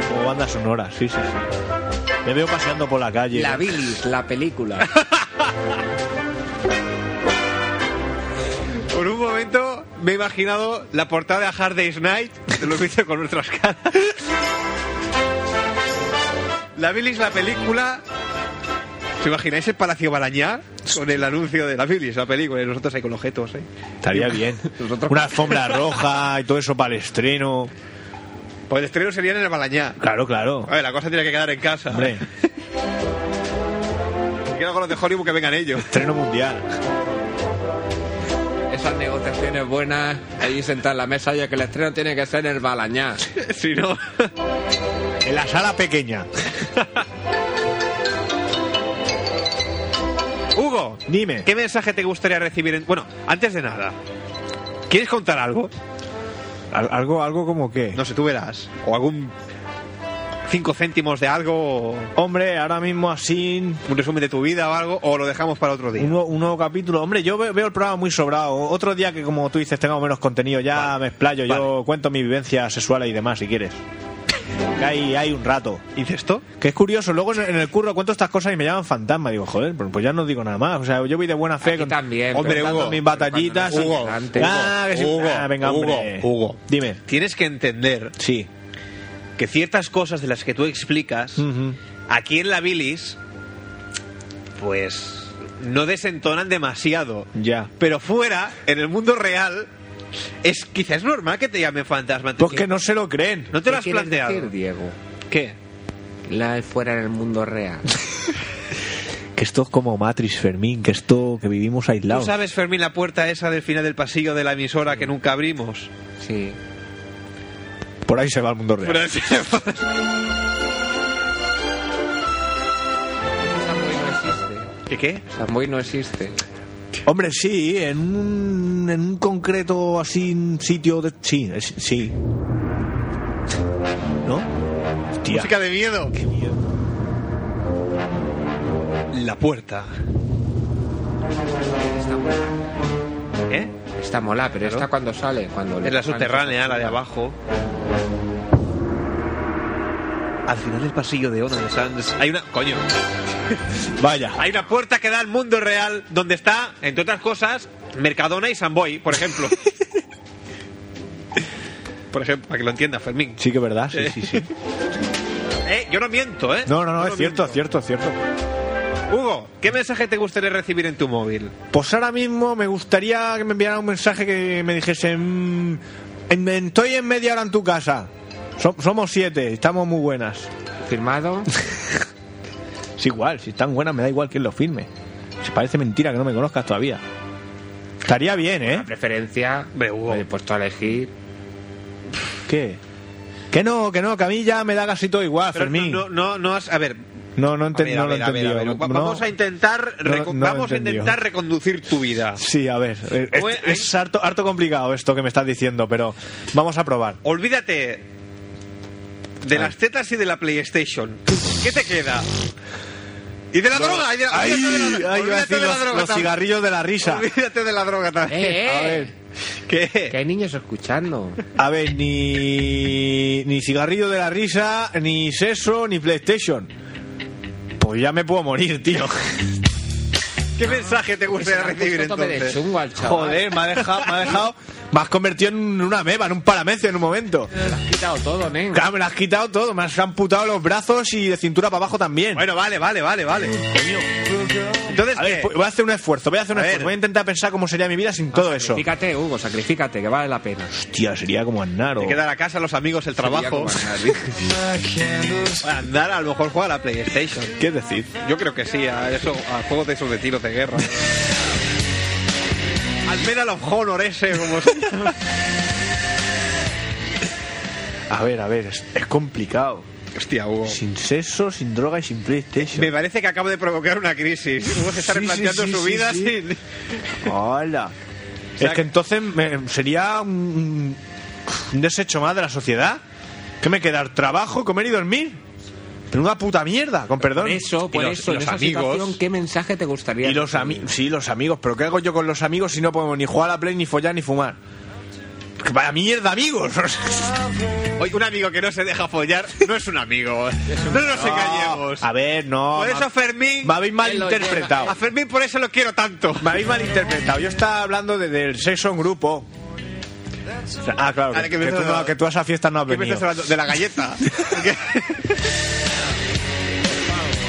Speaker 4: Como banda sonora, sí, sí, sí. Me veo paseando por la calle.
Speaker 3: La bilis, la película.
Speaker 2: Por un momento me he imaginado la portada de A Hard Day's Night. Te lo hice con nuestras caras. La bilis, la película. ¿Os imagináis el Palacio Balañá? Con el anuncio de la bilis, la película. Y nosotros ahí con objetos, ¿eh?
Speaker 4: Estaría bien.
Speaker 3: Nosotros-
Speaker 4: Una alfombra roja y todo eso para el estreno.
Speaker 2: Pues el estreno sería en el Balañá.
Speaker 4: Claro, claro.
Speaker 2: A ver, la cosa tiene que quedar en casa.
Speaker 4: Hombre,
Speaker 2: Quiero con los de Hollywood que vengan ellos.
Speaker 4: estreno mundial.
Speaker 3: Esas negociaciones buenas. Allí sentar en la mesa. Oye, que el estreno tiene que ser en el Balañá.
Speaker 2: si no.
Speaker 4: En la sala pequeña.
Speaker 2: Hugo,
Speaker 4: Dime.
Speaker 2: ¿qué mensaje te gustaría recibir? En... Bueno, antes de nada, ¿quieres contar algo?
Speaker 4: Al- algo, algo como qué.
Speaker 2: No sé, tú verás. O algún. cinco céntimos de algo. o
Speaker 4: Hombre, ahora mismo así.
Speaker 2: Un resumen de tu vida o algo. O lo dejamos para otro día.
Speaker 4: Un nuevo, un nuevo capítulo. Hombre, yo ve- veo el programa muy sobrado. Otro día que, como tú dices, tengamos menos contenido, ya me explayo. Yo cuento mi vivencia sexual y demás, si quieres. Que hay, hay un rato.
Speaker 2: ¿Incesto?
Speaker 4: Que es curioso, luego en en el curro cuento estas cosas y me llaman fantasma. Digo, joder, pues pues ya no digo nada más. O sea, yo voy de buena fe
Speaker 3: Aquí
Speaker 4: con-
Speaker 3: también,
Speaker 4: hombre,
Speaker 2: pero
Speaker 4: Hugo,
Speaker 2: cuando-
Speaker 4: mis batallitas.
Speaker 2: cuando no
Speaker 4: y-
Speaker 2: es
Speaker 3: interesante.
Speaker 4: Ah, que sí.
Speaker 2: Hugo,
Speaker 4: Ah, venga,
Speaker 2: Hugo,
Speaker 4: hombre.
Speaker 2: Hugo.
Speaker 4: Dime.
Speaker 2: Tienes que entender
Speaker 4: Sí.
Speaker 2: que ciertas cosas de las que tú explicas.
Speaker 4: Ujú.
Speaker 2: Aquí en la bilis. Pues. no desentonan demasiado.
Speaker 4: Ya.
Speaker 2: Pero fuera, en el mundo real, es quizás normal que te llamen fantasma.
Speaker 4: Porque Pues no se lo creen.
Speaker 2: ¿No te lo
Speaker 3: ¿Qué
Speaker 2: has
Speaker 3: quieres
Speaker 2: planteado?
Speaker 3: decir, Diego?
Speaker 2: ¿Qué?
Speaker 3: La fuera en el mundo real.
Speaker 4: Que esto es como Matrix, Fermín, que esto, que vivimos
Speaker 2: ¿Tú
Speaker 4: aislados.
Speaker 2: sabes, Fermín, la puerta esa del final del pasillo de la emisora que nunca abrimos?
Speaker 3: Sí.
Speaker 4: Por ahí se va el mundo real.
Speaker 2: Pero sí.
Speaker 3: Samboy no existe.
Speaker 2: ¿Qué qué?
Speaker 3: Samboy no existe.
Speaker 4: Hombre, sí, en un, en un concreto así un sitio de... Sí, es- sí. ¿No? Hostia.
Speaker 2: Música de miedo.
Speaker 4: Qué miedo.
Speaker 2: La puerta.
Speaker 3: Está mola,
Speaker 2: ¿Eh?
Speaker 3: Está mola, pero
Speaker 2: Claro.
Speaker 3: está cuando sale. Cuando
Speaker 2: Es la subterránea, la de abajo. Al final del pasillo de Ona de Sands hay una... Coño.
Speaker 4: Vaya.
Speaker 2: Hay una puerta que da al mundo real donde está, entre otras cosas, Mercadona y Samboy, por ejemplo. por ejemplo, para que lo entienda Fermín.
Speaker 4: Sí que es verdad, sí, sí, sí.
Speaker 2: Eh, yo no miento, ¿eh?
Speaker 4: No, no,
Speaker 2: Yo
Speaker 4: no, es cierto, es
Speaker 2: miento.
Speaker 4: cierto, es cierto.
Speaker 2: Hugo, ¿qué mensaje te gustaría recibir en tu móvil?
Speaker 4: Pues ahora mismo me gustaría que me enviaran un mensaje que me dijesen "Mm, en- en- estoy en media hora en tu casa. So- somos siete, estamos muy buenas.
Speaker 3: Firmado.
Speaker 4: Es igual, si están buenas me da igual quién lo firme. Si parece mentira que no me conozcas todavía. Estaría bien, ¿eh?
Speaker 3: La preferencia.
Speaker 2: Hombre, Hugo.
Speaker 3: Me he puesto a elegir.
Speaker 4: ¿Qué? Que no, que no, que a mí ya me da casi todo igual,
Speaker 2: Pero
Speaker 4: Fermín.
Speaker 2: No, no, no has- A ver.
Speaker 4: No, no,
Speaker 2: a
Speaker 4: enten-
Speaker 2: ver, a
Speaker 4: no lo he
Speaker 2: ver, a ver,
Speaker 4: entendido.
Speaker 2: a ver.
Speaker 4: no-
Speaker 2: Va- Vamos
Speaker 4: no.
Speaker 2: a intentar,
Speaker 4: No,
Speaker 2: reco-
Speaker 4: no lo he
Speaker 2: vamos a
Speaker 4: entendido.
Speaker 2: intentar reconducir tu vida.
Speaker 4: Sí, a ver. eh,
Speaker 2: Bueno,
Speaker 4: Es,
Speaker 2: ahí-
Speaker 4: es harto, harto complicado esto que me estás diciendo, pero vamos a probar.
Speaker 2: Olvídate de las tetas y de la PlayStation. ¿Qué te queda? Y de la droga. Y de,
Speaker 4: Ahí,
Speaker 2: olvídate de la,
Speaker 4: ahí iba a
Speaker 2: olvídate
Speaker 4: decir
Speaker 2: de la
Speaker 4: los,
Speaker 2: droga.
Speaker 4: los
Speaker 2: también.
Speaker 4: cigarrillos de la risa.
Speaker 2: Olvídate de la droga también.
Speaker 3: ¡Eh, eh!
Speaker 4: A ver,
Speaker 3: Que
Speaker 2: ¿Qué?
Speaker 3: hay niños escuchando.
Speaker 4: a ver, ni, ni cigarrillo de la risa, ni sexo, ni PlayStation. Pues ya me puedo morir, tío.
Speaker 2: ¿Qué mensaje
Speaker 4: Pues
Speaker 2: te gustaría recibir
Speaker 3: Esto me de
Speaker 2: entonces?
Speaker 3: chungo al chaval.
Speaker 4: Joder, me ha dejado, me ha dejado, me has convertido en una meba, en un paramecio en un momento.
Speaker 3: Lo has quitado todo, nen.
Speaker 4: Claro, me lo has quitado todo, me has amputado los brazos y de cintura para abajo también.
Speaker 2: Bueno, vale, vale, vale, vale. Entonces,
Speaker 4: A ver, pues,
Speaker 2: ¿qué?
Speaker 4: voy a hacer un esfuerzo, voy a hacer un
Speaker 2: A
Speaker 4: esfuerzo,
Speaker 2: ver.
Speaker 4: voy a intentar pensar cómo sería mi vida sin todo eso.
Speaker 3: Sacrifícate, Hugo, sacrifícate, que vale la pena.
Speaker 4: Hostia, sería como Aznar
Speaker 2: Te
Speaker 4: o...
Speaker 2: queda la casa, los amigos, el trabajo. Para andar, a lo mejor juega a la PlayStation.
Speaker 4: ¿Qué decir?
Speaker 2: Yo creo que sí, a, eso, a juegos de esos de tiros de guerra. Al Medal of Honor ese, como se llama.
Speaker 4: A ver, a ver, es, es complicado.
Speaker 2: Hostia, Hugo.
Speaker 4: Sin sexo, sin droga y sin PlayStation.
Speaker 2: Me parece que acabo de provocar una crisis. Hugo se está
Speaker 4: Sí, sí,
Speaker 2: replanteando
Speaker 4: sí,
Speaker 2: su
Speaker 4: sí,
Speaker 2: vida
Speaker 4: sí.
Speaker 2: sin...
Speaker 4: Hola.
Speaker 2: sea,
Speaker 4: es que entonces me- sería un, un desecho más de la sociedad. ¿Qué me queda? ¿Trabajo, comer y dormir? Pero una puta mierda, con perdón.
Speaker 3: Por eso, por
Speaker 2: Y los-
Speaker 3: eso,
Speaker 2: y
Speaker 3: en
Speaker 2: los
Speaker 3: esa
Speaker 2: amigos.
Speaker 3: situación, ¿qué mensaje te gustaría?
Speaker 4: Y los
Speaker 3: recibir?
Speaker 4: amigos, sí, los amigos, pero ¿qué hago yo con los amigos si no podemos ni jugar a la Play, ni follar, ni fumar? Que Vaya mierda, amigos.
Speaker 2: Oye, un amigo que no se deja follar no es un amigo. No nos engañemos.
Speaker 4: a ver, Ah, no.
Speaker 2: Por
Speaker 4: me-
Speaker 2: eso, Fermín...
Speaker 4: me habéis
Speaker 2: A
Speaker 4: malinterpretado.
Speaker 2: Fermín por eso lo quiero tanto.
Speaker 4: Me habéis malinterpretado. Yo estaba hablando de- del sexo en grupo. O sea, Ah, claro,
Speaker 2: Ah,
Speaker 4: que,
Speaker 2: que
Speaker 4: que
Speaker 2: me
Speaker 4: tú,
Speaker 2: estás-
Speaker 4: no- que tú a esa fiesta no has
Speaker 2: ¿Qué me
Speaker 4: venido.
Speaker 2: estás hablando? De la galleta.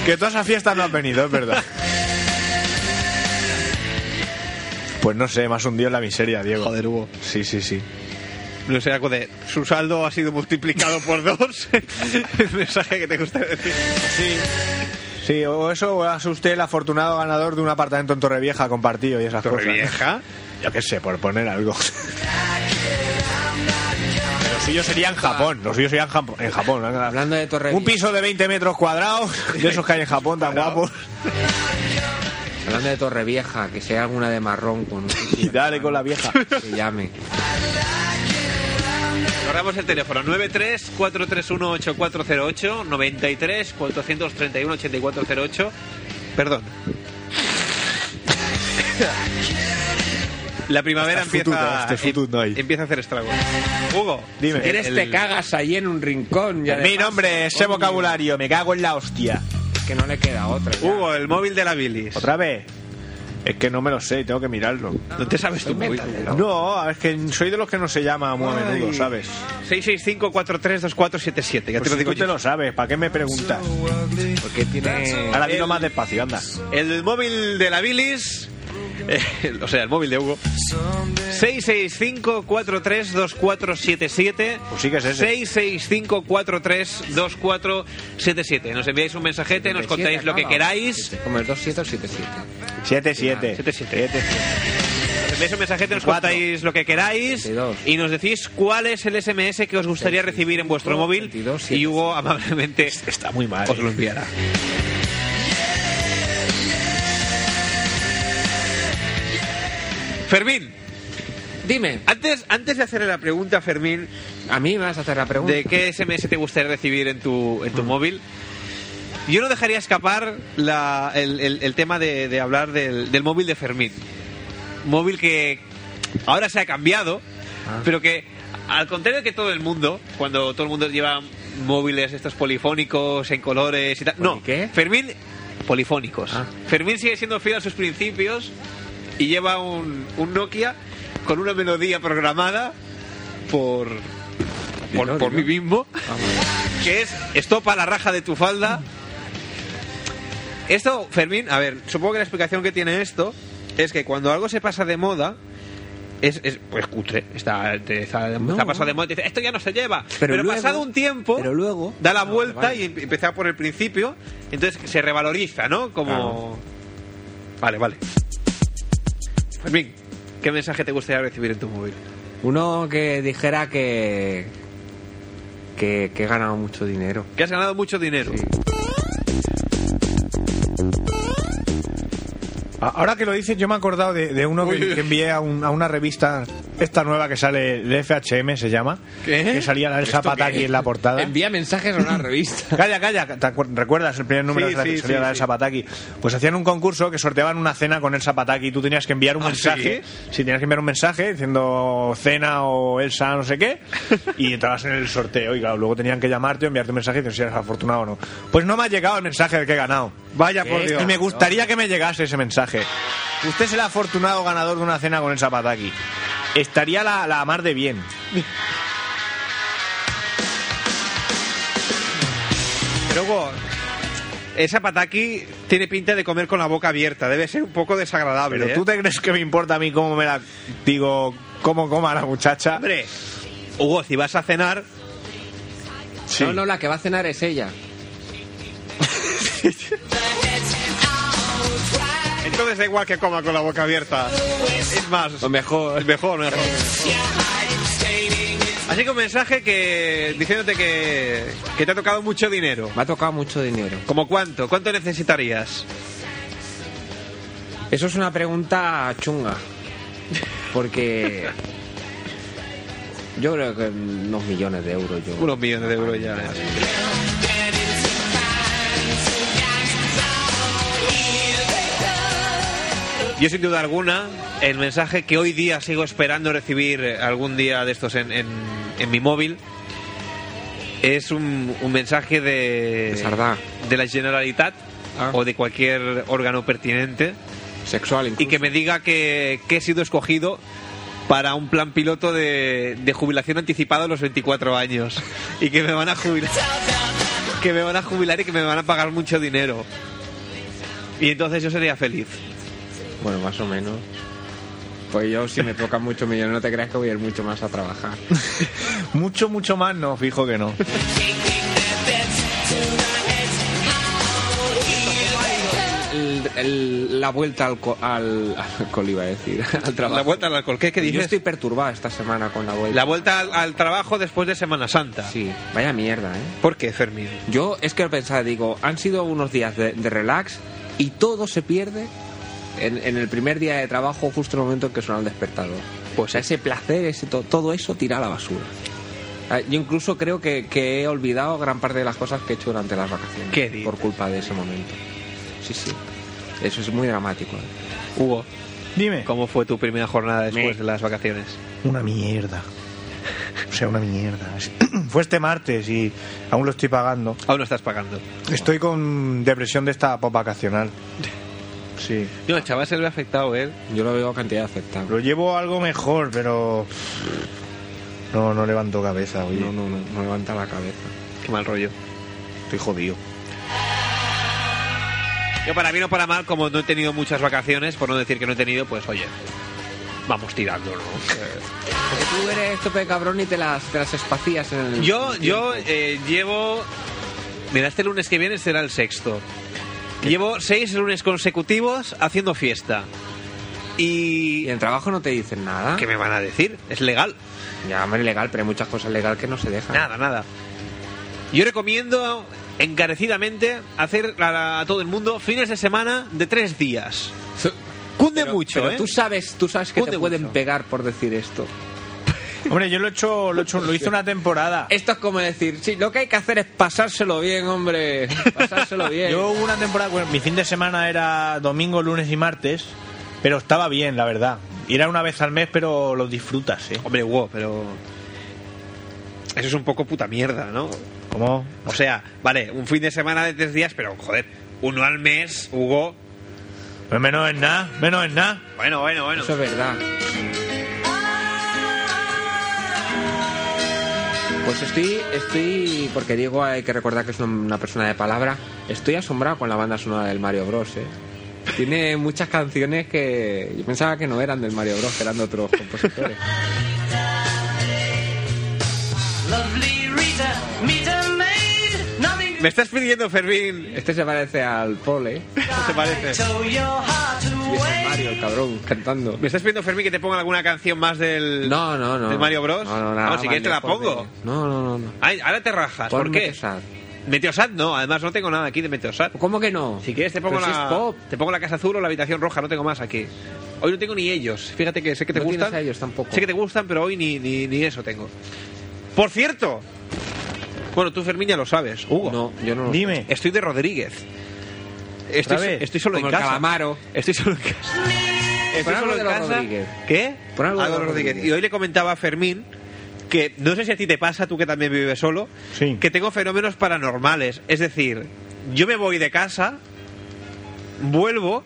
Speaker 4: Que tú a esa fiesta no has venido, es verdad. Pues no sé, más hundido en la miseria, Diego.
Speaker 2: Joder, Hugo.
Speaker 4: Sí, sí, sí.
Speaker 2: No sé, algo de su saldo ha sido multiplicado por dos. el mensaje que te gusta decir.
Speaker 4: Sí. Sí, o eso, o es usted el afortunado ganador de un apartamento en Torrevieja compartido y esas cosas.
Speaker 2: Torrevieja.
Speaker 4: Yo qué sé, por poner algo. Los suyos serían en Japón, los suyos serían Jam- en Japón.
Speaker 3: Hablando de Torre
Speaker 4: Un piso de 20 metros cuadrados, de esos que hay en Japón tan guapos.
Speaker 3: Hablando de Torrevieja, que sea alguna de marrón con un
Speaker 4: Y dale con la vieja.
Speaker 3: que llame.
Speaker 2: Corramos el teléfono 93 431 8408 93 431 8408. Perdón. La primavera
Speaker 4: Estás
Speaker 2: empieza, em-
Speaker 4: futudo, estás futudo ahí.
Speaker 2: empieza a hacer estragos. Hugo,
Speaker 4: Dime.
Speaker 2: si
Speaker 3: Eres
Speaker 2: el-
Speaker 3: te cagas ahí en un rincón. y
Speaker 4: Mi
Speaker 3: además-
Speaker 4: nombre es ese
Speaker 3: Coño,
Speaker 4: vocabulario, me cago en la hostia.
Speaker 3: Que no le queda otra. ya.
Speaker 2: Hugo, el móvil de la bilis.
Speaker 4: ¿Otra vez? Es que no me lo sé, tengo que mirarlo.
Speaker 2: No te sabes tu
Speaker 4: Pues
Speaker 2: móvil.
Speaker 3: Métatelo.
Speaker 4: No, es que soy de los que no se llama muy a menudo, ¿sabes?
Speaker 2: 665 43 2477. Ya
Speaker 4: Pues
Speaker 2: te lo
Speaker 4: si
Speaker 2: digo
Speaker 4: tú te
Speaker 2: yo.
Speaker 4: lo sabes, ¿para qué me preguntas?
Speaker 3: Porque tiene...
Speaker 4: Ahora dilo más despacio, anda.
Speaker 2: El móvil de la bilis. eh, o sea, el móvil de Hugo. 665-432477.
Speaker 4: Pues sí que es ese.
Speaker 2: 665-432477. Nos enviáis un mensajete, nos contáis lo que queráis.
Speaker 4: Ah,
Speaker 3: Como el 27 o 77.
Speaker 4: 7-7.
Speaker 2: 7-7. Enviáis un mensajete, nos contáis lo que queráis
Speaker 3: 22.
Speaker 2: y nos decís cuál es el SMS que os gustaría recibir en vuestro móvil
Speaker 3: 22, siete,
Speaker 2: y Hugo amablemente
Speaker 4: Está muy mal.
Speaker 2: os lo enviará. Fermín,
Speaker 3: Dime,
Speaker 2: antes, antes de hacerle la pregunta, Fermín,
Speaker 3: a mí me vas a hacer la pregunta.
Speaker 2: de qué SMS te gustaría recibir en tu, en tu móvil. Yo no dejaría escapar la- el, el- el tema de, de hablar del, del móvil de Fermín. Móvil que ahora se ha cambiado,
Speaker 3: Ah.
Speaker 2: pero que al contrario que todo el mundo, cuando todo el mundo lleva móviles estos polifónicos en colores y tal. No,
Speaker 3: ¿Qué?
Speaker 2: Fermín polifónicos.
Speaker 3: Ah.
Speaker 2: Fermín sigue siendo fiel a sus principios y lleva un, un Nokia con una melodía programada por, por,
Speaker 3: Dilo, Ah,
Speaker 2: por mí
Speaker 3: dilo.
Speaker 2: mismo,
Speaker 3: Vamos.
Speaker 2: que es estopa la raja de tu falda. Esto, Fermín, a ver, supongo que la explicación que tiene esto es que cuando algo se pasa de moda, es, es, pues cutre, está, te- está,
Speaker 3: No.
Speaker 2: está pasado de moda, te dice, esto ya no se lleva, pero,
Speaker 3: Pero luego-
Speaker 2: pasado un tiempo,
Speaker 3: pero luego-
Speaker 2: da la
Speaker 3: Ah,
Speaker 2: vuelta
Speaker 3: vale.
Speaker 2: y em- empieza por el principio, entonces se revaloriza, ¿no? Como... Vale, vale. Fermín, ¿qué mensaje te gustaría recibir en tu móvil?
Speaker 3: Uno que dijera que, que, que he ganado mucho dinero.
Speaker 2: Que has ganado mucho dinero.
Speaker 3: Sí.
Speaker 4: A- Ahora que lo dices, yo me he acordado de, de uno
Speaker 2: Uy.
Speaker 4: que, que envié a, un- a una revista, esta nueva que sale, de FHM se llama,
Speaker 2: ¿Qué?
Speaker 4: que salía la del
Speaker 3: ¿Esto
Speaker 4: Zapata
Speaker 3: qué?
Speaker 4: aquí en la portada.
Speaker 3: Envía mensajes a una revista.
Speaker 4: Calla, calla, ¿te acuer- ¿recuerdas el primer número
Speaker 2: Sí,
Speaker 4: de la
Speaker 2: sí,
Speaker 4: que salía
Speaker 2: sí,
Speaker 4: la del
Speaker 2: sí.
Speaker 4: Zapataki? Pues hacían un concurso que sorteaban una cena con el Zapataki y tú tenías que enviar un
Speaker 2: ¿Ah,
Speaker 4: mensaje. Sí, tenías que enviar un mensaje diciendo cena o Elsa, no sé qué, y entrabas en el sorteo y claro, luego tenían que llamarte o enviarte un mensaje y decir si eres afortunado o no. Pues no me ha llegado el mensaje del que he ganado. Vaya
Speaker 3: por Dios.
Speaker 4: Y me gustaría que me llegase ese mensaje. Usted es el afortunado ganador de una cena con el Zapataki. Estaría la, la mar de bien.
Speaker 2: Pero Hugo, esa pataki tiene pinta de comer con la boca abierta. Debe ser un poco desagradable.
Speaker 4: Pero
Speaker 2: ¿eh?
Speaker 4: tú te crees que me importa a mí cómo me la digo, cómo coma la muchacha.
Speaker 2: Hombre, Hugo, si vas a cenar.
Speaker 4: Sí.
Speaker 3: No, no, la que va a cenar es ella.
Speaker 2: Entonces da igual que coma con la boca abierta. Es más,
Speaker 3: Lo mejor.
Speaker 2: es mejor, mejor. Así que un mensaje que diciéndote que, que te ha tocado mucho dinero.
Speaker 3: Me ha tocado mucho dinero.
Speaker 2: ¿Como cuánto? ¿Cuánto necesitarías?
Speaker 3: Eso es una pregunta chunga. Porque. Yo creo que unos millones de euros. Yo.
Speaker 2: Unos millones de euros ya. ¿eh? Yo sin duda alguna, el mensaje que hoy día sigo esperando recibir eh, algún día de estos en, en- en mi móvil es un, un mensaje de,
Speaker 3: De Sardá.
Speaker 2: de la Generalitat
Speaker 3: Ah.
Speaker 2: o de cualquier órgano pertinente
Speaker 3: Sexual incluso.
Speaker 2: y que me diga que, que he sido escogido para un plan piloto de, de jubilación anticipada a los 24 años y que me van a jubilar que me van a jubilar y que me van a pagar mucho dinero y entonces yo sería feliz
Speaker 3: Bueno, más o menos. Pues yo, si me tocan muchos millones, no te creas que voy a ir mucho más a trabajar.
Speaker 4: Mucho, mucho más no, fijo que no.
Speaker 3: El- el- la vuelta al, co- al, al alcohol, iba a decir. Al trabajo.
Speaker 2: la vuelta al alcohol ¿qué, qué
Speaker 3: Yo
Speaker 2: dices?
Speaker 3: estoy perturbado esta semana con la vuelta.
Speaker 2: la vuelta al, al trabajo después de Semana Santa
Speaker 3: Sí, vaya mierda, ¿eh?
Speaker 2: ¿por qué Fermín?
Speaker 3: Yo es que lo pensaba, digo, han sido unos días de, de relax y todo se pierde en, en el primer día de trabajo, justo en el momento en que suena el despertador. Pues ese placer, ese to- todo eso tira a la basura. Ah, Yo incluso creo que, que he olvidado gran parte de las cosas que he hecho durante las vacaciones.
Speaker 2: ¿Qué dices?
Speaker 3: Por culpa de ese momento. Sí, sí. Eso es muy dramático. ¿eh?
Speaker 2: Hugo
Speaker 4: Dime.
Speaker 2: ¿cómo fue tu primera jornada después de las vacaciones?
Speaker 4: Una mierda. O sea, una mierda. Fue este martes y aún lo estoy pagando.
Speaker 2: aún no estás pagando
Speaker 4: Estoy con depresión de esta pop vacacional. Sí.
Speaker 2: no el chaval se le ha afectado ¿eh? él
Speaker 3: Yo lo veo cantidad aceptable.
Speaker 4: Lo llevo algo mejor, pero. No, no levanto cabeza, oye.
Speaker 3: No, no, no, no levanta la cabeza.
Speaker 2: qué mal rollo
Speaker 4: Estoy jodido.
Speaker 2: Yo para mí no para mal, como no he tenido muchas vacaciones, por no decir que no he tenido, pues oye, vamos tirando, ¿no? Eh,
Speaker 3: Porque tú eres tope de cabrón y te las, te las espacías en el.
Speaker 2: yo yo eh, llevo... Mira, este lunes que viene será el sexto. Llevo seis lunes consecutivos haciendo fiesta. Y...
Speaker 3: Y en trabajo no te dicen nada.
Speaker 2: ¿Qué me van a decir? Es legal.
Speaker 3: Ya, hombre, legal, pero hay muchas cosas legales que no se dejan.
Speaker 2: Nada, nada. Yo recomiendo encarecidamente hacer a, a todo el mundo fines de semana de tres días. Cunde
Speaker 3: Pero-
Speaker 2: mucho,
Speaker 3: pero
Speaker 2: ¿eh?
Speaker 3: tú sabes, tú sabes que
Speaker 2: Cunde
Speaker 3: te pueden
Speaker 2: mucho.
Speaker 3: pegar por decir esto.
Speaker 4: Hombre, yo lo he hecho, lo, he hecho- lo hice una temporada.
Speaker 3: Esto es como decir, sí, lo que hay que hacer es pasárselo bien, hombre. Pasárselo bien.
Speaker 4: Yo hubo una temporada, bueno, mi fin de semana era domingo, lunes y martes, pero estaba bien, la verdad. Y Era una vez al mes, pero lo disfrutas, ¿eh?
Speaker 2: Hombre, wow, pero... Eso es un poco puta mierda, ¿no?
Speaker 4: ¿Cómo?
Speaker 2: O sea, vale, un fin de semana de tres días, pero joder, uno al mes, Hugo.
Speaker 4: Pues menos es nada, menos es nada.
Speaker 2: Bueno, bueno, bueno.
Speaker 3: Eso es verdad. Pues estoy, estoy, porque Diego hay que recordar que es una persona de palabra, estoy asombrado con la banda sonora del Mario Bros. ¿eh? Tiene muchas canciones que yo pensaba que no eran del Mario Bros, que eran de otros compositores.
Speaker 2: Me estás pidiendo, Fermín,
Speaker 3: Este se parece al Pole
Speaker 2: ¿te parece?
Speaker 3: y es el Mario, el cabrón, cantando.
Speaker 2: ¿Me estás pidiendo, Fermín, que te ponga alguna canción más del...
Speaker 3: No, no, no.
Speaker 2: ¿Del Mario Bros?
Speaker 3: No, no,
Speaker 2: Vamos, si quieres te la pongo.
Speaker 3: No, no, no. no.
Speaker 2: Ay, ahora te rajas, ¿por
Speaker 3: Ponme
Speaker 2: qué?
Speaker 3: esa.
Speaker 2: Meteosat no, además no tengo nada aquí de Meteosat.
Speaker 3: ¿Cómo que no?
Speaker 2: Si quieres te pongo
Speaker 3: Pero si
Speaker 2: la
Speaker 3: es pop.
Speaker 2: te pongo la casa azul o la habitación roja, no tengo más aquí. Hoy no tengo ni ellos. Fíjate que sé que te
Speaker 3: No tienes
Speaker 2: gustan.
Speaker 3: a ellos tampoco.
Speaker 2: Sé que te gustan, pero hoy ni, ni, ni eso tengo. Por cierto. Bueno, tú Fermín ya lo sabes, Hugo.
Speaker 3: No, yo no lo sé.
Speaker 4: Dime.
Speaker 2: Estoy de Rodríguez. Estoy,
Speaker 4: vez?
Speaker 2: estoy solo
Speaker 3: Como
Speaker 2: en
Speaker 3: el
Speaker 2: casa.
Speaker 3: calamaro.
Speaker 2: Estoy solo en casa. Estoy
Speaker 3: algo
Speaker 2: solo en
Speaker 3: de los
Speaker 2: casa.
Speaker 3: Rodríguez.
Speaker 2: ¿Qué?
Speaker 3: Por algo de
Speaker 2: Algo
Speaker 3: los
Speaker 2: Rodríguez. Y
Speaker 3: Rodríguez.
Speaker 2: hoy le comentaba a Fermín que no sé si a ti te pasa, tú que también vives solo,
Speaker 4: Sí.
Speaker 2: que tengo fenómenos paranormales. Es decir, yo me voy de casa, vuelvo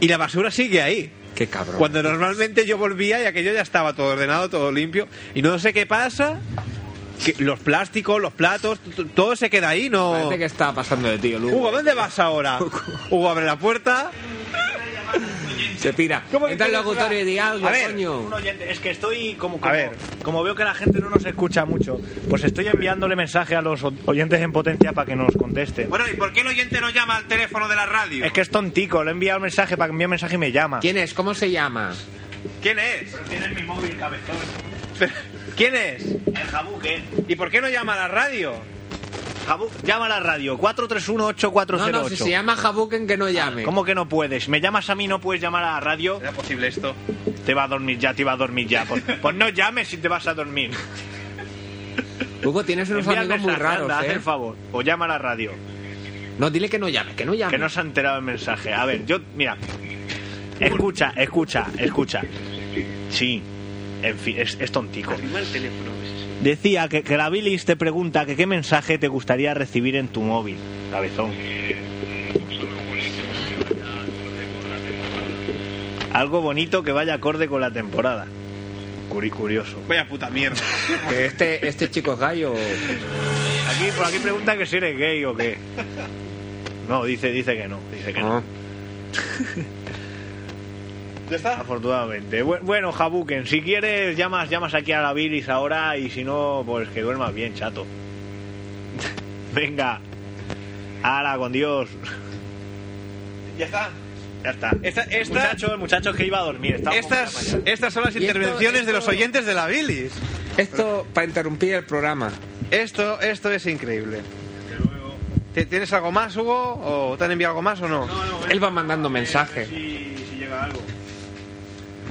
Speaker 2: y la basura sigue ahí.
Speaker 3: Qué cabrón.
Speaker 2: Cuando normalmente yo volvía y aquello ya estaba todo ordenado, todo limpio. Y no sé qué pasa. Que los plásticos, los platos, t- t- todo se queda ahí, ¿no?
Speaker 3: Parece que está pasando de tío, Lugo.
Speaker 2: Hugo, ¿dónde vas ahora? Hugo, abre la puerta.
Speaker 3: Se pira.
Speaker 4: ¿Cómo que
Speaker 3: Entra al
Speaker 4: quieres
Speaker 3: locutorio y di algo,
Speaker 2: A ver.
Speaker 3: coño.
Speaker 4: Es que estoy como,
Speaker 2: como- ver.
Speaker 4: como veo que la gente no nos escucha mucho, pues estoy enviándole mensaje a los oyentes en potencia para que nos contesten.
Speaker 2: Bueno, ¿y por qué el oyente no llama al teléfono de la radio?
Speaker 4: Es que es tontico, le he enviado un mensaje para que envíe un mensaje y me llama.
Speaker 3: ¿Quién es? ¿Cómo se llama?
Speaker 2: ¿Quién es?
Speaker 4: Tienes mi móvil, cabezón.
Speaker 2: Pero, ¿Quién es?
Speaker 4: El jabuque.
Speaker 2: ¿Y por qué no llama a la radio?
Speaker 4: Jabu, llama a la radio, 431-8408.
Speaker 3: No, no, si se llama Jabuken,
Speaker 2: Ah,
Speaker 3: que no llame.
Speaker 4: ¿Cómo que no puedes? ¿Me llamas a mí no puedes llamar a la radio?
Speaker 2: ¿Era posible esto?
Speaker 4: Te va a dormir ya, te va a dormir ya. Pues, pues no llames si te vas a dormir.
Speaker 3: Hugo, tienes unos
Speaker 4: Envía
Speaker 3: amigos muy
Speaker 4: mensaje,
Speaker 3: raros,
Speaker 4: anda, haz
Speaker 3: ¿eh?
Speaker 4: el favor. O llama a la radio.
Speaker 3: No, dile que no llame, que no llame.
Speaker 4: Que no se ha enterado el mensaje. A ver, yo, mira. Escucha, escucha, escucha. Sí. En fin, es, es tontico. Decía que, que la bilis te pregunta que qué mensaje te gustaría recibir en tu móvil, cabezón. Algo bonito que vaya acorde con la temporada. Curi- curioso.
Speaker 2: Vaya puta mierda.
Speaker 3: Que este, este chico es gallo.
Speaker 4: Aquí, por aquí pregunta que si eres gay o qué. No, dice, dice que no, dice que no.
Speaker 3: No.
Speaker 2: ¿Ya está?
Speaker 4: Afortunadamente. Bu- Bueno, Jabuken, si quieres llamas, llamas aquí a la Bilis ahora y si no, pues que duermas bien, chato. Venga. Hala, con Dios.
Speaker 2: ¿Ya está?
Speaker 4: Ya está.
Speaker 2: Esta- esta-
Speaker 4: Muchachos, muchachos, que iba a dormir. estaba como una
Speaker 2: Estas,
Speaker 4: mañana.
Speaker 2: estas son las
Speaker 3: Y esto-
Speaker 2: intervenciones de los
Speaker 3: esto-
Speaker 2: oyentes de la bilis.
Speaker 3: Esto para interrumpir el programa.
Speaker 2: Esto, esto es increíble. ¿Te- ¿Tienes algo más, Hugo? ¿O te han enviado algo más o no?
Speaker 3: Él va mandando mensajes.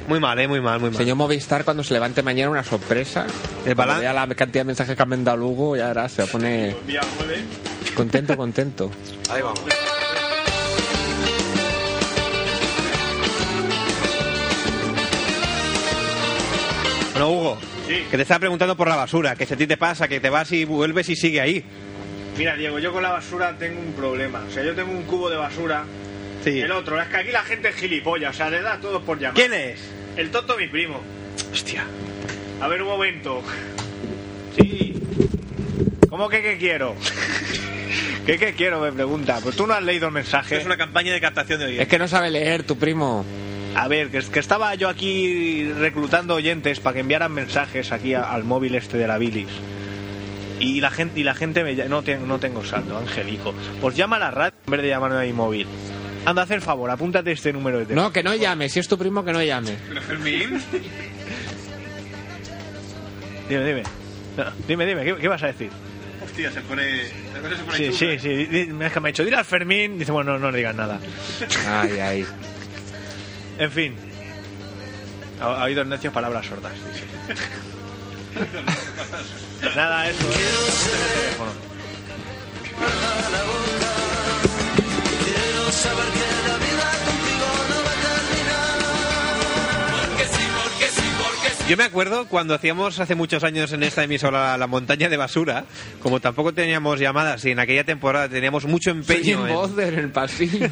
Speaker 2: Muy mal, eh, muy mal, muy mal.
Speaker 3: Señor Movistar, cuando se levante mañana, una sorpresa.
Speaker 2: El
Speaker 3: Cuando
Speaker 2: balan-
Speaker 3: vea la cantidad de mensajes que han mandado Lugo, ya verás, se va a poner contento, contento.
Speaker 2: Ahí vamos. Bueno, Hugo, que te estaba preguntando por la basura, que si a ti te pasa, que te vas y vuelves y sigue ahí.
Speaker 4: Mira, Diego, yo con la basura tengo un problema. O sea, yo tengo un cubo de basura.
Speaker 2: Sí.
Speaker 4: El otro, es que aquí la gente es gilipollas. O sea, le da todo por llamar.
Speaker 2: ¿Quién es?
Speaker 4: El tonto, mi primo.
Speaker 2: Hostia.
Speaker 4: A ver, un momento. Sí. ¿Cómo que qué quiero? ¿Qué qué quiero? Me pregunta. Pues tú no has leído el mensaje.
Speaker 2: Es una campaña de captación de
Speaker 3: Es
Speaker 2: oyentes.
Speaker 3: que no sabe leer tu primo.
Speaker 4: A ver, que, es- que estaba yo aquí reclutando oyentes para que enviaran mensajes aquí a- al móvil este de la bilis. Y la gente, y la gente me ll- no, te- no tengo saldo, Angelico. Pues llama a la radio en vez de llamarme a mi móvil. Anda, haz el favor, apúntate este número de teléfono.
Speaker 3: No, que no llame. Si es tu primo, que no llame.
Speaker 4: Dime, dime. No, dime, dime, ¿qué, qué vas a decir?
Speaker 6: Hostia, se pone. La cosa se pone
Speaker 4: Sí,
Speaker 6: chunga.
Speaker 4: sí, sí. di- di- Es que me ha dicho, dile al Fermín. Dice, bueno, no, no le digas nada.
Speaker 3: Ay, ay.
Speaker 4: En fin. Ha, ha habido necios palabras sordas. nada, eso. es- teléfono.
Speaker 2: Yo me acuerdo cuando hacíamos hace muchos años en esta emisora La Montaña de Basura, como tampoco teníamos llamadas y en aquella temporada teníamos mucho
Speaker 3: Soy
Speaker 2: empeño.
Speaker 3: en
Speaker 2: en-
Speaker 3: voz en el pasillo.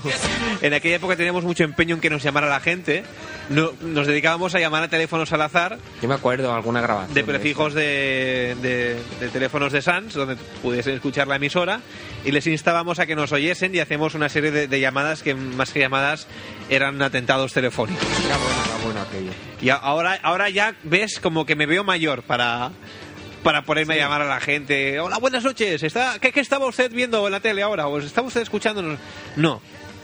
Speaker 2: En aquella época teníamos mucho empeño en que nos llamara la gente. No- nos dedicábamos a llamar a teléfonos al azar
Speaker 3: Yo me acuerdo alguna grabación.
Speaker 2: de prefijos de, de- de teléfonos de SANS, donde pudiesen escuchar la emisora, y les instábamos a que nos oyesen y hacíamos una serie de, de llamadas que más que llamadas eran atentados telefónicos.
Speaker 3: eso. Era bueno, era bueno aquello.
Speaker 2: Y a- ahora, ahora ya ves como que me veo mayor para, para ponerme a llamar a la gente. Hola, buenas noches. ¿Está, qué, qué estaba usted viendo en la tele ahora? ¿O estaba usted escuchándonos? No,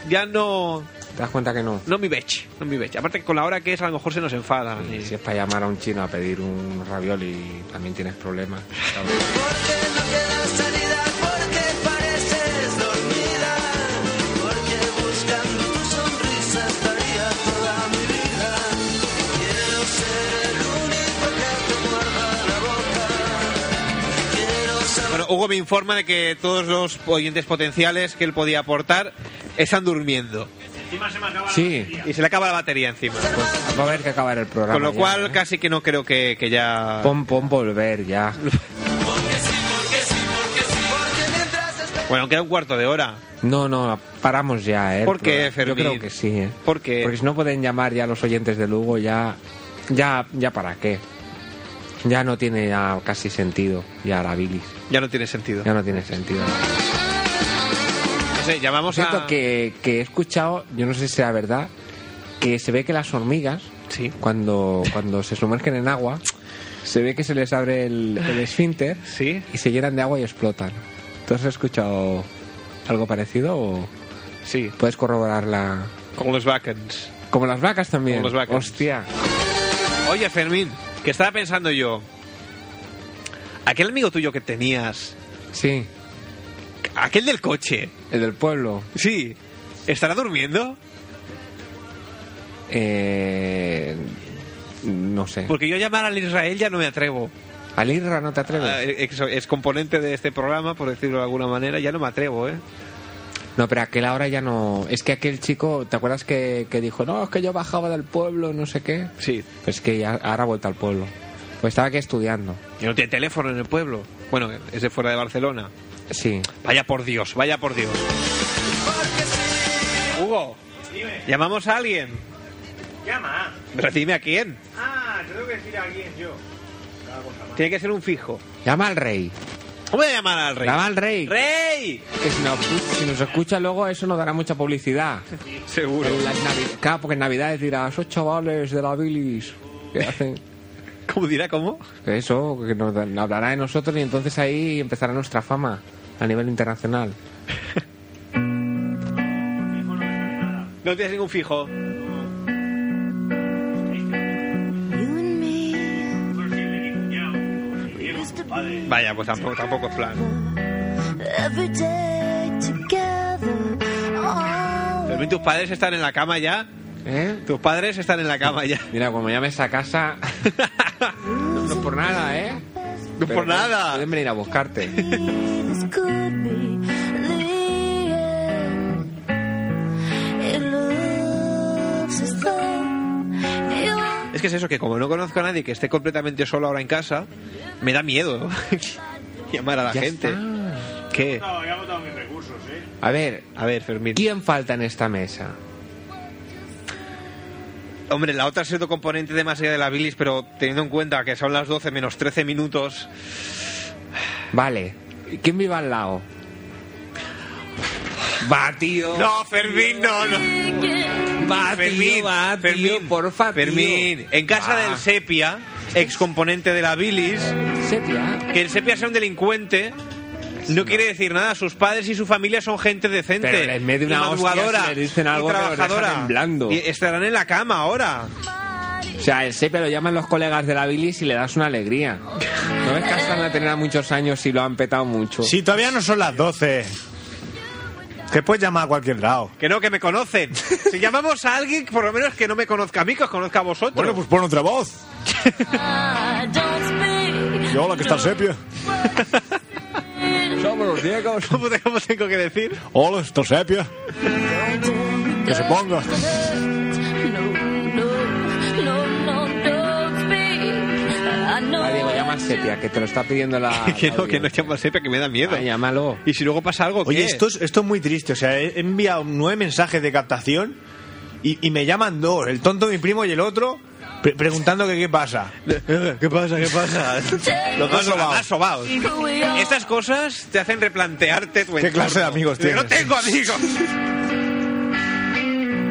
Speaker 2: ya no...
Speaker 3: ¿Te das cuenta que no?
Speaker 2: No mi bech, no mi bech. Aparte que con la hora que es a lo mejor se nos enfadan.
Speaker 3: Y si es para llamar a un chino a pedir un ravioli, también tienes problemas. ¿sabes?
Speaker 2: Bueno, Hugo me informa de que todos los oyentes potenciales que él podía aportar están durmiendo.
Speaker 3: Sí,
Speaker 2: Y se le acaba la batería encima.
Speaker 3: va a haber que acabar el programa.
Speaker 2: Con lo
Speaker 3: ya,
Speaker 2: cual
Speaker 3: ¿eh?
Speaker 2: casi que no creo que, que ya...
Speaker 3: Pon, pon volver ya.
Speaker 2: Bueno, queda un cuarto de hora.
Speaker 3: No, no, paramos ya, ¿eh? el
Speaker 2: ¿Por qué, Fermín?
Speaker 3: programa. Yo creo que sí, ¿eh?
Speaker 2: Porque...
Speaker 3: Porque si no pueden llamar ya los oyentes de Lugo, ya. Ya, ya para qué. Ya no tiene ya casi sentido. Ya la bilis.
Speaker 2: Ya no tiene sentido.
Speaker 3: Ya no tiene sentido.
Speaker 2: No sé,
Speaker 3: Por
Speaker 2: llamamos
Speaker 3: cierto,
Speaker 2: a...
Speaker 3: que, que he escuchado, yo no sé si sea verdad, que se ve que las hormigas,
Speaker 2: Sí.
Speaker 3: cuando, cuando se sumergen en agua, se ve que se les abre el, el esfínter
Speaker 2: Sí.
Speaker 3: y se llenan de agua y explotan. ¿Tú has escuchado algo parecido o
Speaker 2: Sí.
Speaker 3: puedes corroborar la...
Speaker 2: Con los backends.
Speaker 3: Como las vacas también.
Speaker 2: Como las vacas.
Speaker 3: Hostia.
Speaker 2: Oye, Fermín, que estaba pensando yo... Aquel amigo tuyo que tenías...
Speaker 3: Sí,
Speaker 2: Aquel del coche.
Speaker 3: el del pueblo.
Speaker 2: Sí. ¿Estará durmiendo?
Speaker 3: Eh, no sé.
Speaker 2: Porque yo llamar al Israel ya no me atrevo.
Speaker 3: Al Irra no te
Speaker 2: Ah,
Speaker 3: atreves.
Speaker 2: ex, ex componente de este programa, por decirlo de alguna manera, ya no me atrevo, ¿eh?
Speaker 3: No, pero aquel ahora ya no... Es que aquel chico, ¿te acuerdas que, que dijo, no, es que yo bajaba del pueblo, no sé qué?
Speaker 2: Sí.
Speaker 3: Pues que ya, ahora ha vuelto al pueblo. Pues estaba aquí estudiando.
Speaker 2: Y no tiene teléfono en el pueblo. Bueno, es de fuera de Barcelona.
Speaker 3: Sí.
Speaker 2: Vaya por Dios, vaya por Dios. Hugo, llamamos a alguien.
Speaker 4: Llama.
Speaker 2: Pero dime a quién.
Speaker 4: Ah, te tengo que decir a alguien yo.
Speaker 2: Tiene que ser un fijo.
Speaker 3: Llama al rey.
Speaker 2: Voy a llamar al rey.
Speaker 3: Llama al rey.
Speaker 2: ¡Rey!
Speaker 3: Que si nos, si nos escucha luego, eso nos dará mucha publicidad.
Speaker 2: Seguro.
Speaker 3: En las Navi- Claro, porque en Navidades dirá, esos chavales de la bilis. Que hacen
Speaker 2: ¿Cómo dirá cómo?
Speaker 3: eso, que nos nos hablará de nosotros y entonces ahí empezará nuestra fama a nivel internacional.
Speaker 2: No tienes ningún fijo. Vaya, pues tampoco, tampoco es plan.
Speaker 7: Every day together. Oh,
Speaker 2: Fermín, ¿tus padres están en la cama ya?
Speaker 3: ¿Eh?
Speaker 2: Tus padres están en la cama ya.
Speaker 3: Mira, cuando llames a casa, no es por nada, ¿eh?
Speaker 2: No por nada.
Speaker 3: Pueden venir a buscarte.
Speaker 7: this could be the end. It looks as though it won't
Speaker 2: Es que es eso, que como no conozco a nadie que esté completamente solo ahora en casa, me da miedo llamar a la
Speaker 3: Ya
Speaker 2: gente.
Speaker 3: está.
Speaker 2: ¿Qué?
Speaker 3: A ver,
Speaker 2: A ver, Fermín.
Speaker 3: ¿quién falta en esta mesa?
Speaker 2: Hombre, la otra pseudo componente de más allá de la bilis, pero teniendo en cuenta que son las 12 menos 13 minutos,
Speaker 3: Vale. ¿Quién vive al lado? Va, tío.
Speaker 2: No, Fermín, no, no.
Speaker 3: va, Ah, tío, va, tío, porfa, tío. Ah.
Speaker 2: Fermín, en casa
Speaker 3: Va.
Speaker 2: del Sepia, excomponente de la bilis,
Speaker 3: Sepia.
Speaker 2: que el Sepia sea un delincuente, No quiere decir nada. Sus padres y su familia son gente decente.
Speaker 3: Pero les mete
Speaker 2: y
Speaker 3: una hostia
Speaker 2: madrugadora,
Speaker 3: si le dicen
Speaker 2: y
Speaker 3: algo que los deja
Speaker 2: trabajadora.
Speaker 3: temblando.
Speaker 2: Y estarán en la cama ahora.
Speaker 3: O sea, el SEPE lo llaman los colegas de la bilis y le das una alegría. No ves que hasta van a tener a muchos años y lo han petado mucho.
Speaker 4: Sí, todavía no son las 12. Que puedes llamar a cualquier lado.
Speaker 2: Que no, que me conocen. Si llamamos a alguien, por lo menos que no me conozca a mí, que os conozca a vosotros.
Speaker 4: Bueno, pues pon otra voz.
Speaker 7: I don't speak.
Speaker 4: Yo, la que está sepia.
Speaker 3: Somos los ciegos.
Speaker 2: ¿Cómo, te- Pues, cómo tengo que decir?
Speaker 4: Hola, está sepia. Que se ponga.
Speaker 3: Ah, Diego, llama a Sepia, que te lo está pidiendo la.
Speaker 2: que
Speaker 3: la
Speaker 2: no, que no
Speaker 3: audiencia.
Speaker 2: llamo a Sepe, que me da miedo.
Speaker 3: Ah, llámalo.
Speaker 2: Y si luego pasa algo, ¿qué?
Speaker 4: Oye, esto es, esto es muy triste. O sea, he enviado nueve mensajes de captación y, y me llaman dos. El tonto, mi primo y el otro, pre- preguntando que qué pasa. Eh, ¿Qué pasa? ¿Qué pasa? Los dos sobaos.
Speaker 2: Más sobaos. Estas cosas te hacen replantearte tu
Speaker 4: ¿Qué
Speaker 2: entorno.
Speaker 4: clase de amigos
Speaker 2: Digo,
Speaker 4: tienes?
Speaker 2: No tengo amigos.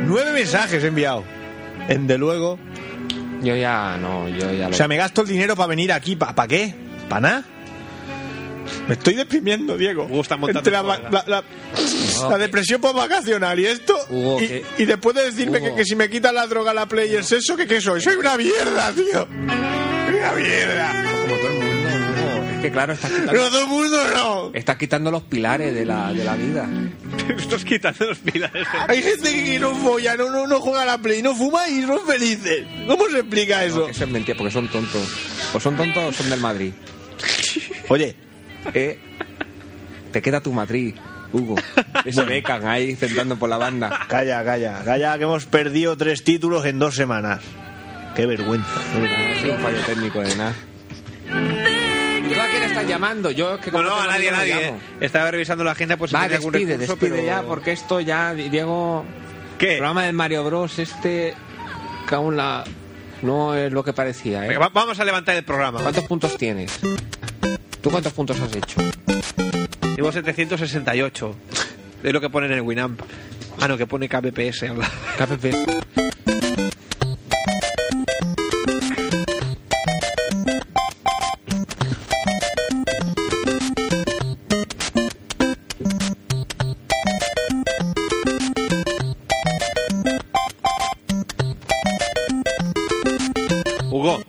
Speaker 4: Nueve mensajes he enviado. En de luego.
Speaker 3: Yo ya no, yo ya lo.
Speaker 4: O sea, me gasto el dinero para venir aquí. ¿Para qué? ¿Para nada? Me estoy deprimiendo, Diego.
Speaker 2: Me gusta montar
Speaker 4: Entre la,
Speaker 2: en juego,
Speaker 4: la- la- la depresión por vacacional y esto.
Speaker 3: Hugo,
Speaker 4: y,
Speaker 3: ¿qué?
Speaker 4: y después de decirme que,
Speaker 3: Hugo.
Speaker 4: que si me quitan la droga, la play y el sexo, ¿qué, qué soy? Soy una mierda, tío. Una mierda.
Speaker 3: Como todo el mundo, Hugo. Es que claro, estás quitando,
Speaker 4: No, todo el mundo no.
Speaker 3: estás quitando los pilares de la, de la vida.
Speaker 2: Estos quitando los pilares.
Speaker 4: Hay gente que no folla, no, no, no juega a la play, no fuma y son felices. ¿Cómo se explica eso?
Speaker 3: Eso es mentira, porque son tontos. O son tontos o son del Madrid.
Speaker 4: Oye,
Speaker 3: Eh, te queda tu Madrid, Hugo. Ese becan ahí sentando por la banda.
Speaker 4: calla, calla, calla, que hemos perdido tres títulos en dos semanas. Qué vergüenza.
Speaker 3: No, no, soy un fallo técnico de nada. ¿Tú a quién estás llamando? Yo es que
Speaker 2: No,
Speaker 3: como
Speaker 2: no, a
Speaker 3: tengo
Speaker 2: nadie, a
Speaker 3: amigos, no
Speaker 2: nadie.
Speaker 3: llamo.
Speaker 2: Estaba revisando la agenda por si
Speaker 3: Va,
Speaker 2: tenía algún
Speaker 3: despide,
Speaker 2: recurso,
Speaker 3: despide
Speaker 2: pero-
Speaker 3: ya, porque esto ya, Diego.
Speaker 2: ¿Qué?
Speaker 3: El programa del Mario Bros. este. que aún la. No es lo que parecía, ¿eh?
Speaker 2: Venga, va- vamos a levantar el programa.
Speaker 3: ¿Cuántos puntos tienes? ¿Tú cuántos puntos has hecho?
Speaker 2: Llevo 768. Es lo que ponen en el Winamp. Ah, no, que pone KBPS. al lado.
Speaker 3: KPP.
Speaker 2: Hugo,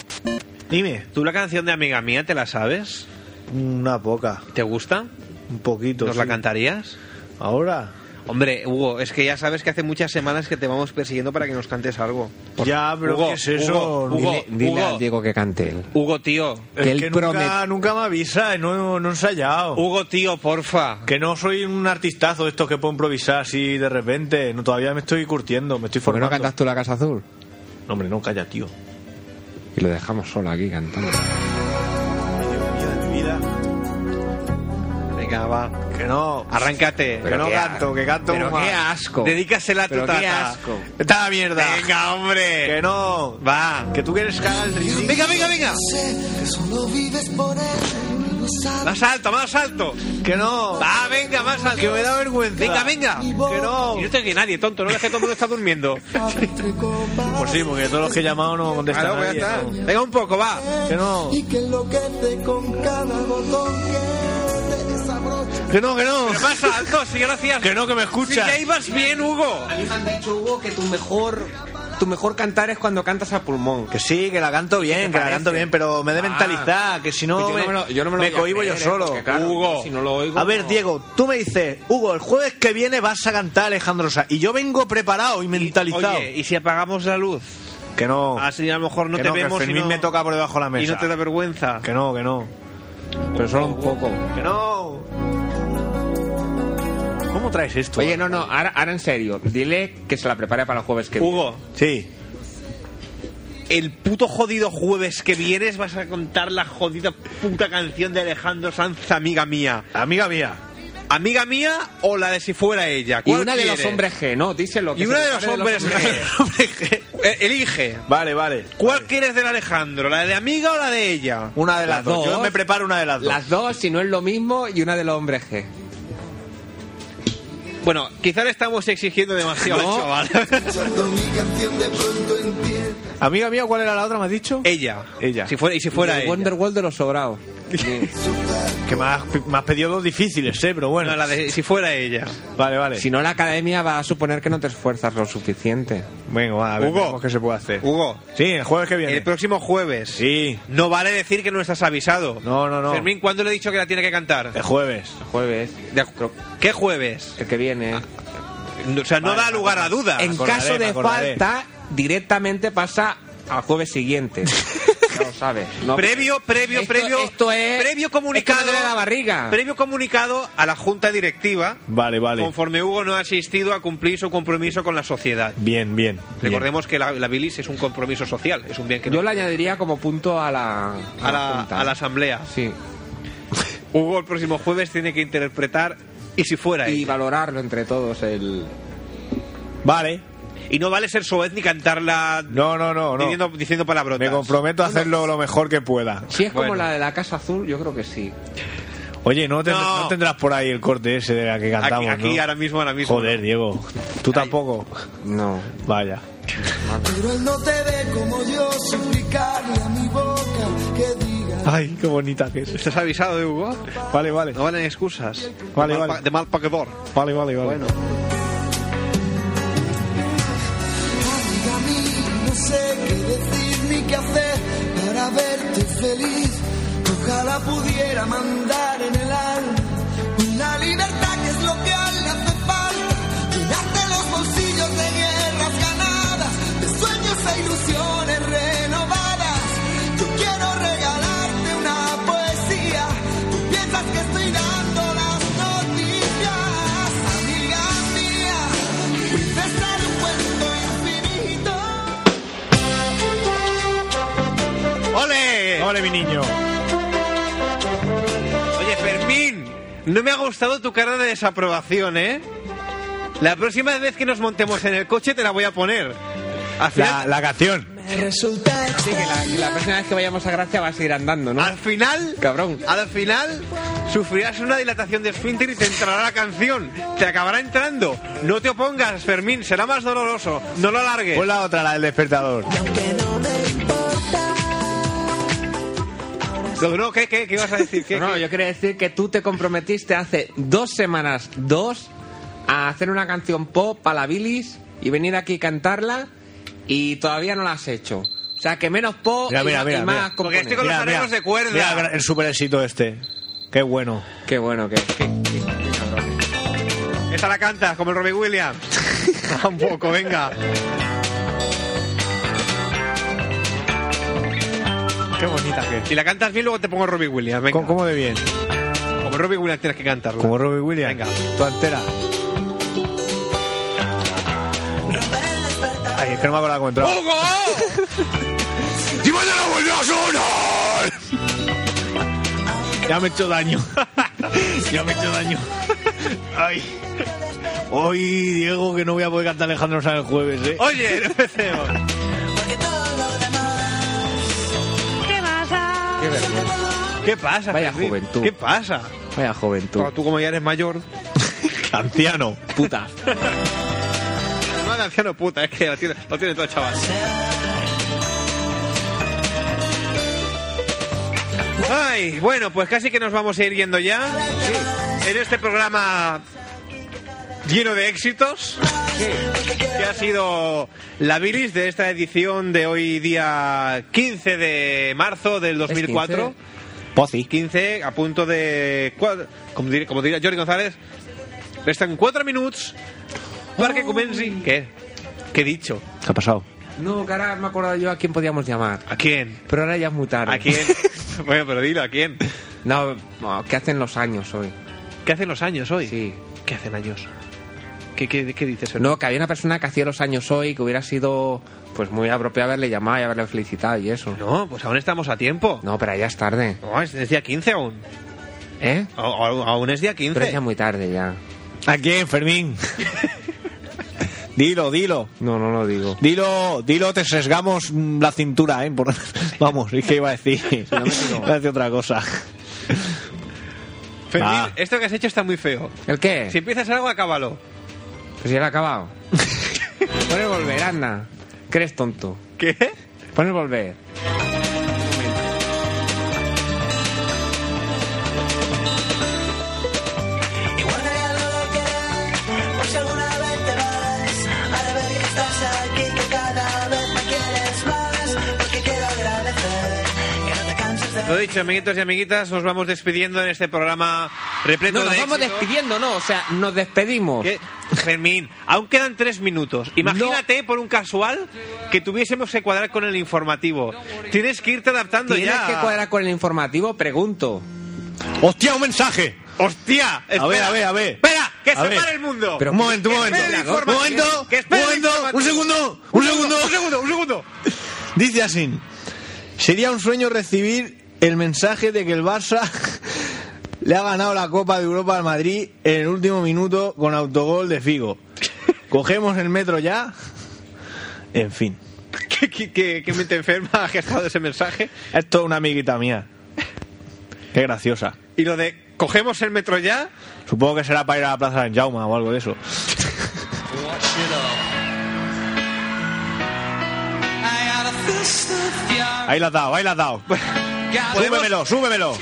Speaker 4: Dime.
Speaker 2: ¿tú la canción de Amiga Mía te la sabes?
Speaker 4: Una poca,
Speaker 2: ¿Te gusta?
Speaker 4: un poquito.
Speaker 2: ¿Nos la
Speaker 4: sí.
Speaker 2: cantarías?
Speaker 4: Ahora.
Speaker 2: Hombre, Hugo, es que ya sabes que hace muchas semanas que te vamos persiguiendo para que nos cantes algo.
Speaker 4: Ya, pero
Speaker 2: Hugo,
Speaker 4: ¿qué es eso?
Speaker 2: Hugo, Hugo,
Speaker 3: Dile, dile
Speaker 2: Hugo.
Speaker 3: al Diego que cante él.
Speaker 2: Hugo, tío.
Speaker 4: Es
Speaker 3: que él
Speaker 4: que
Speaker 3: promete-
Speaker 4: nunca, nunca me avisa, eh, no, no he ensayado.
Speaker 2: Hugo, tío, porfa.
Speaker 4: Que no soy un artistazo de estos que puedo improvisar así de repente. No, todavía me estoy curtiendo, me estoy
Speaker 3: ¿Por qué
Speaker 4: formando.
Speaker 3: no cantas tú la Casa Azul?
Speaker 4: No, hombre, no, calla, tío.
Speaker 3: Y lo dejamos solo aquí cantando.
Speaker 2: Venga, va.
Speaker 4: Que no.
Speaker 2: Arráncate.
Speaker 4: que no
Speaker 3: qué a-
Speaker 4: canto, que canto.
Speaker 3: pero
Speaker 4: más.
Speaker 3: qué asco.
Speaker 2: Dedícasela a tu
Speaker 3: Pero qué
Speaker 2: tata.
Speaker 3: asco.
Speaker 4: Esta mierda.
Speaker 2: Venga, hombre.
Speaker 4: Que no.
Speaker 2: Va.
Speaker 4: Que tú quieres que haga el ridículo.
Speaker 2: Venga, venga, venga. Más alto, más alto.
Speaker 4: Que no.
Speaker 2: Va, venga, más alto.
Speaker 4: Que me da vergüenza.
Speaker 2: Venga, venga.
Speaker 4: Que no.
Speaker 2: Y no te oye nadie, tonto. No dejes que todo el mundo está durmiendo.
Speaker 4: Pues sí, porque todos los que he llamado no contestan.
Speaker 2: Claro, pues
Speaker 4: nadie,
Speaker 2: ya está.
Speaker 4: no.
Speaker 2: Venga, un poco, va.
Speaker 4: Que no. Que no, que no.
Speaker 2: Pero más alto, si gracias.
Speaker 4: Que no, que me escucha.
Speaker 2: ya ibas bien, Hugo.
Speaker 3: Me han dicho, Hugo, que tu mejor, tu mejor cantar es cuando cantas a pulmón.
Speaker 4: Que sí, que la canto bien, que la
Speaker 3: parece?
Speaker 4: canto bien, pero me he de mentalizar, que si
Speaker 3: Pues
Speaker 4: no,
Speaker 3: yo
Speaker 4: me,
Speaker 3: no me lo- yo no me lo voy a
Speaker 4: cohibo yo
Speaker 3: creer, ¿eh?
Speaker 4: solo.
Speaker 3: Porque, claro,
Speaker 2: Hugo.
Speaker 3: yo si no lo oigo,
Speaker 4: a ver,
Speaker 3: no.
Speaker 4: Diego, tú me dices, Hugo, el jueves que viene vas a cantar Alejandro Sanz. Y yo vengo preparado y mentalizado.
Speaker 2: Oye, ¿y si apagamos la luz?
Speaker 4: que no,
Speaker 2: Así a lo mejor no
Speaker 4: que
Speaker 2: te
Speaker 4: no, que
Speaker 2: vemos y
Speaker 4: Fermín
Speaker 2: no,
Speaker 4: me toca por debajo de la
Speaker 2: y
Speaker 4: mesa.
Speaker 2: no te da vergüenza.
Speaker 4: Que no, que no.
Speaker 3: Pero solo un poco.
Speaker 4: Que no. ¿Cómo traes esto?
Speaker 3: Oye, no, no, ahora, ahora en serio. Dile que se la prepare para el jueves que viene.
Speaker 2: Hugo,
Speaker 4: Sí.
Speaker 2: el puto jodido jueves que vienes vas a contar la jodida puta canción de Alejandro Sanz, amiga mía.
Speaker 4: Amiga mía.
Speaker 2: ¿Amiga mía o la de si fuera ella?
Speaker 3: Y
Speaker 2: ¿Cuál
Speaker 3: una de los
Speaker 2: quieres?
Speaker 3: hombres G, ¿no? Díselo. que
Speaker 2: Y
Speaker 3: se
Speaker 2: una de los
Speaker 3: prepare
Speaker 2: hombres G. Eh, Elige.
Speaker 4: Vale, vale.
Speaker 2: ¿Cuál quieres del Alejandro? ¿La de amiga o la de ella?
Speaker 4: Una de
Speaker 3: Las
Speaker 4: las, dos. Yo
Speaker 3: dos.
Speaker 4: me preparo una de las dos.
Speaker 3: Las dos, si no es lo mismo, y una de los hombres G.
Speaker 2: Bueno, quizá le estamos exigiendo demasiado
Speaker 3: No.
Speaker 2: al chaval.
Speaker 4: Amiga mía, ¿cuál era la otra? ¿Me has dicho?
Speaker 2: ella.
Speaker 4: Ella.
Speaker 2: Eh. Si fuera, y si fuera
Speaker 3: El
Speaker 2: ella.
Speaker 3: Wonderwall de los sobrados.
Speaker 4: Que me has, me has pedido dos difíciles, ¿eh? Pero bueno.
Speaker 2: No, la de si fuera ella.
Speaker 4: Vale, vale.
Speaker 3: Si no, la academia va a suponer que no te esfuerzas lo suficiente.
Speaker 4: Venga, va, a ver
Speaker 2: Hugo.
Speaker 4: veremos qué se puede hacer.
Speaker 2: Hugo,
Speaker 4: Sí, el jueves que viene.
Speaker 2: el próximo jueves.
Speaker 4: Sí.
Speaker 2: No vale decir que no estás avisado.
Speaker 4: No, no, Eh. no.
Speaker 2: Fermín, ¿cuándo le he dicho que la tiene que cantar?
Speaker 4: El jueves.
Speaker 3: Jueves,
Speaker 2: De acu- ¿Qué jueves?
Speaker 3: el que viene.
Speaker 2: O sea, no
Speaker 4: Vale,
Speaker 2: da lugar a dudas.
Speaker 3: en
Speaker 4: acordaré,
Speaker 3: caso
Speaker 4: me
Speaker 3: de
Speaker 4: acordaré.
Speaker 3: falta, directamente pasa al jueves siguiente. ya lo sabes. No-
Speaker 2: Previo, previo,
Speaker 3: Esto-
Speaker 2: previo.
Speaker 3: esto es-
Speaker 2: Previo comunicado.
Speaker 3: esto me duele la barriga.
Speaker 2: Previo comunicado a la Junta Directiva.
Speaker 4: Vale, vale.
Speaker 2: Conforme Hugo no ha asistido a cumplir su compromiso con la sociedad.
Speaker 4: Bien, bien. bien.
Speaker 2: Recordemos que la, la bilis es un compromiso social, es un bien que
Speaker 3: Yo
Speaker 2: no-
Speaker 3: le añadiría como punto a la.
Speaker 2: a, la,
Speaker 3: junta.
Speaker 2: a la asamblea.
Speaker 3: Sí.
Speaker 2: Hugo el próximo jueves tiene que interpretar y si fuera
Speaker 3: Y
Speaker 2: ella.
Speaker 3: valorarlo entre todos el.
Speaker 4: Vale.
Speaker 2: Y no vale ser soez ni cantarla
Speaker 4: No, no, no, no.
Speaker 2: diciendo, diciendo palabrotas.
Speaker 4: Me comprometo a hacerlo lo mejor que pueda.
Speaker 3: Si es como
Speaker 2: Bueno.
Speaker 3: la de la Casa Azul, yo creo que sí.
Speaker 4: Oye, no, tend-
Speaker 2: No.
Speaker 4: no tendrás por ahí el corte ese de la que
Speaker 2: Aquí,
Speaker 4: cantamos,
Speaker 2: aquí,
Speaker 4: ¿no?
Speaker 2: ahora mismo, ahora mismo.
Speaker 4: Joder, Diego. Tú tampoco.
Speaker 3: No.
Speaker 4: Vaya.
Speaker 8: Pero él no te ve como yo, suplicarle a mi boca que diga.
Speaker 4: Ay, qué bonita que es.
Speaker 2: ¿Estás avisado de Hugo?
Speaker 4: Vale, vale.
Speaker 2: No valen excusas.
Speaker 4: Vale,
Speaker 2: de mal,
Speaker 4: vale.
Speaker 2: pa- De mal pagador.
Speaker 4: Vale, vale, vale.
Speaker 2: Bueno.
Speaker 8: Amiga mí, no sé qué decir ni qué hacer para verte feliz. Ojalá pudiera mandar en el alma una libertad que es lo que a él le hace falta. Llenarte los bolsillos de guerras ganadas, de sueños e ilusiones renovadas. Yo quiero regalarte una poesía. Tú piensas que estoy dando las noticias, amiga mía. Princesa de un cuento infinito.
Speaker 2: ¡Ole!
Speaker 4: Ole, mi niño.
Speaker 2: Oye, Fermín, no me ha gustado tu cara de desaprobación, ¿eh? La próxima vez que nos montemos en el coche te la voy a poner. Al
Speaker 4: La,
Speaker 2: final,
Speaker 4: la canción.
Speaker 3: Sí, que la, que la próxima vez que vayamos a Gracia vas a ir andando, ¿no?
Speaker 2: al final,
Speaker 3: Cabrón.
Speaker 2: al final sufrirás una dilatación de esfínter y te entrará la canción. Te acabará entrando. No te opongas, Fermín, será más doloroso. No lo alargues.
Speaker 4: Pon la otra, la del despertador.
Speaker 2: No, no, ¿qué, qué, qué ibas a decir? ¿Qué,
Speaker 3: No,
Speaker 2: qué?
Speaker 3: yo quería decir que tú te comprometiste hace dos semanas, dos, a hacer una canción pop para la bilis y venir aquí y cantarla y todavía no la has hecho. O sea, que menos pop
Speaker 4: Mira,
Speaker 3: y,
Speaker 4: mira,
Speaker 3: y
Speaker 4: mira,
Speaker 3: más
Speaker 4: mira.
Speaker 2: Porque
Speaker 3: componer.
Speaker 2: estoy con los arreglos de cuerda.
Speaker 4: mira, mira, el super éxito este. Qué bueno.
Speaker 3: Qué bueno que... que- que-
Speaker 2: Esta la cantas, como el Robbie Williams. Un poco, venga.
Speaker 4: Qué bonita que es.
Speaker 2: Si la cantas bien, luego te pongo Robbie Williams. Venga.
Speaker 4: ¿Cómo, cómo de bien?
Speaker 2: Como Robbie Williams tienes que cantarlo.
Speaker 4: Como Robbie Williams.
Speaker 2: Venga.
Speaker 4: Tu altera. Ay, es que no me acuerdo la contra.
Speaker 2: ¡Hugo!
Speaker 4: ¡Y mañana volvió a sonar! Ya me he hecho daño. ya me he hecho daño. Ay. Hoy, Diego, que no voy a poder cantar Alejandro Sanz el jueves, ¿eh?
Speaker 2: Oye, no empecemos.
Speaker 3: qué vergüenza.
Speaker 2: ¿Qué pasa?
Speaker 3: Vaya
Speaker 2: Fermín?
Speaker 3: juventud.
Speaker 2: ¿Qué pasa?
Speaker 3: Vaya juventud.
Speaker 2: Bueno, tú como ya eres mayor...
Speaker 4: Anciano.
Speaker 3: Puta.
Speaker 2: No, de anciano puta, es que lo tiene, lo tiene todo el chaval. Ay, bueno, pues casi que nos vamos a ir yendo ya. En este programa lleno de éxitos. Que ha sido la bilis de esta edición de hoy día 15 de marzo del 2004.
Speaker 3: 15.
Speaker 4: Pozzi.
Speaker 2: 15 a punto de... cua- Com dir, com diria Jordi González, resten 4 minuts perquè comenci... Què? Què he dicho?
Speaker 4: ¿Qué ha pasado?
Speaker 3: No, que ahora me he acordado yo a quién podíamos llamar.
Speaker 2: ¿A quién?
Speaker 3: Pero ahora ya es muy tarde.
Speaker 2: ¿A quién? bueno, pero dilo, ¿a quién?
Speaker 3: No, no, ¿qué hacen los años hoy?
Speaker 2: ¿Qué hacen los años hoy?
Speaker 3: Sí.
Speaker 2: ¿Qué hacen años? ¿Qué, qué, qué dices? Fermín?
Speaker 3: No, que había una persona que hacía los años hoy que hubiera sido pues muy apropiado haberle llamado y haberle felicitado y eso.
Speaker 2: No, pues aún estamos a tiempo.
Speaker 3: No, pero ya es tarde.
Speaker 2: No, es, es día 15 aún.
Speaker 3: ¿Eh?
Speaker 2: A- a- Aún es día
Speaker 3: Pero es ya
Speaker 2: 15.
Speaker 3: muy tarde ya.
Speaker 4: ¿A quién, Fermín? dilo, dilo.
Speaker 3: No, no lo digo.
Speaker 4: Dilo, dilo, te sesgamos mm, la cintura, ¿eh? Por- Vamos, es que iba a decir.
Speaker 3: no me digo.
Speaker 4: Iba a decir otra cosa.
Speaker 2: Fermín,
Speaker 4: Va.
Speaker 2: esto que has hecho está muy feo.
Speaker 3: ¿El qué?
Speaker 2: Si empiezas algo, acábalo.
Speaker 3: Pues ya lo he acabado. Pon el volver, anda. Que eres tonto.
Speaker 2: ¿Qué?
Speaker 3: Pon el volver.
Speaker 2: Lo dicho, amiguitos y amiguitas, nos vamos despidiendo en este programa repleto
Speaker 3: No, nos
Speaker 2: de
Speaker 3: vamos
Speaker 2: éxitos.
Speaker 3: despidiendo, no, o sea, nos despedimos.
Speaker 2: ¿Qué? Fermín, aún quedan tres minutos. Imagínate por un casual que tuviésemos que cuadrar con el informativo. Tienes que irte adaptando
Speaker 3: ¿Tienes
Speaker 2: ya.
Speaker 3: que cuadrar con el informativo? Pregunto.
Speaker 4: ¡Hostia, un mensaje!
Speaker 2: ¡Hostia!
Speaker 4: A ver, a ver, a ver.
Speaker 2: ¡Espera! ¡Que
Speaker 4: A
Speaker 2: se
Speaker 4: ver.
Speaker 2: para el mundo!
Speaker 3: Pero-
Speaker 4: un momento, un
Speaker 2: Que
Speaker 4: momento.
Speaker 2: espere la
Speaker 4: Un
Speaker 2: información.
Speaker 4: momento,
Speaker 2: Que espere la
Speaker 4: un momento, un
Speaker 2: información.
Speaker 4: segundo, un segundo.
Speaker 2: Un segundo, un segundo.
Speaker 4: Dice así. Sería un sueño recibir el mensaje de que el Barça le ha ganado la Copa de Europa al Madrid en el último minuto con autogol de Figo. Cogemos el metro ya. En fin.
Speaker 2: ¿Qué, qué, qué- qué mente enferma ha gestado ese mensaje?
Speaker 4: Esto es una amiguita mía. Qué graciosa.
Speaker 2: Y lo de cogemos el metro ya.
Speaker 4: Supongo que será para ir a la Plaza de Jauma o algo de eso. Ahí la has dado, ahí la has dado. Súbemelo, súbemelo.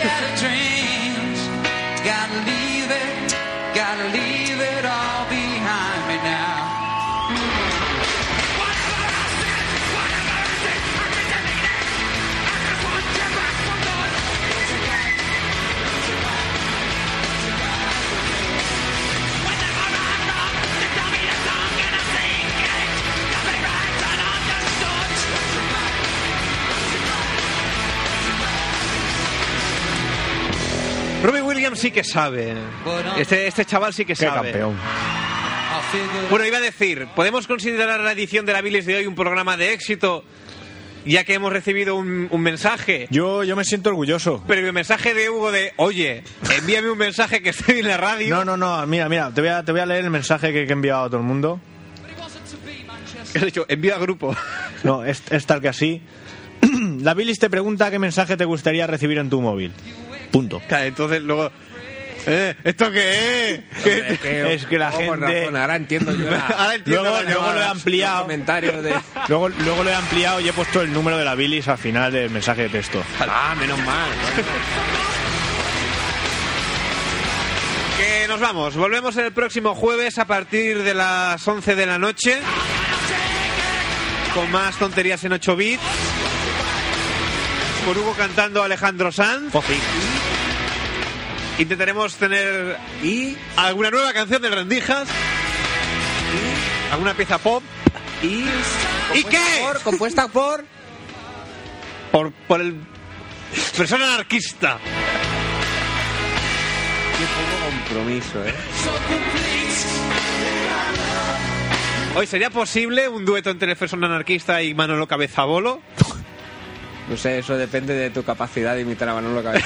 Speaker 2: Robbie Williams sí que sabe. Este, este chaval sí que
Speaker 4: Qué
Speaker 2: sabe.
Speaker 4: campeón.
Speaker 2: Bueno, iba a decir, ¿podemos considerar la edición de la Bilis de hoy un programa de éxito? Ya que hemos recibido un, un mensaje.
Speaker 4: Yo, yo me siento orgulloso.
Speaker 2: Pero el mensaje de Hugo de, oye, envíame un mensaje que estoy en la radio.
Speaker 4: No, no, no, mira, mira, te voy a, te voy a leer el mensaje que, que he enviado a todo el mundo.
Speaker 2: Has dicho, envía a grupo.
Speaker 4: No, es, es tal que así. La Bilis te pregunta qué mensaje te gustaría recibir en tu móvil. Punto.
Speaker 2: Claro, entonces luego... eh, ¿Esto qué es? ¿Qué-
Speaker 3: Hombre,
Speaker 4: es que la
Speaker 3: oh, con
Speaker 4: gente-
Speaker 3: razón, ahora entiendo yo. la-
Speaker 2: Ahora entiendo
Speaker 4: Luego-
Speaker 2: la
Speaker 4: luego
Speaker 2: llamada.
Speaker 4: lo he ampliado.
Speaker 3: los comentarios de...
Speaker 4: Luego, luego lo he ampliado y he puesto el número de la bilis al final del mensaje de texto.
Speaker 3: Ah, menos mal.
Speaker 2: Que nos vamos. Volvemos el próximo jueves a partir de las 11 de la noche. Con más tonterías en 8 bits. Con Hugo cantando Alejandro Sanz. Intentaremos tener
Speaker 3: Y,
Speaker 2: alguna nueva canción de Rendijas. Alguna pieza pop.
Speaker 3: y...
Speaker 2: ¿Y
Speaker 3: compuesta
Speaker 2: qué?
Speaker 3: por- compuesta por...
Speaker 2: Por, por el. Persona anarquista.
Speaker 3: Qué poco compromiso, ¿eh?
Speaker 2: Hoy sería posible un dueto entre Persona anarquista y Manolo Cabezabolo.
Speaker 3: No sé, eso depende de tu capacidad de imitar a Manolo Cabeza.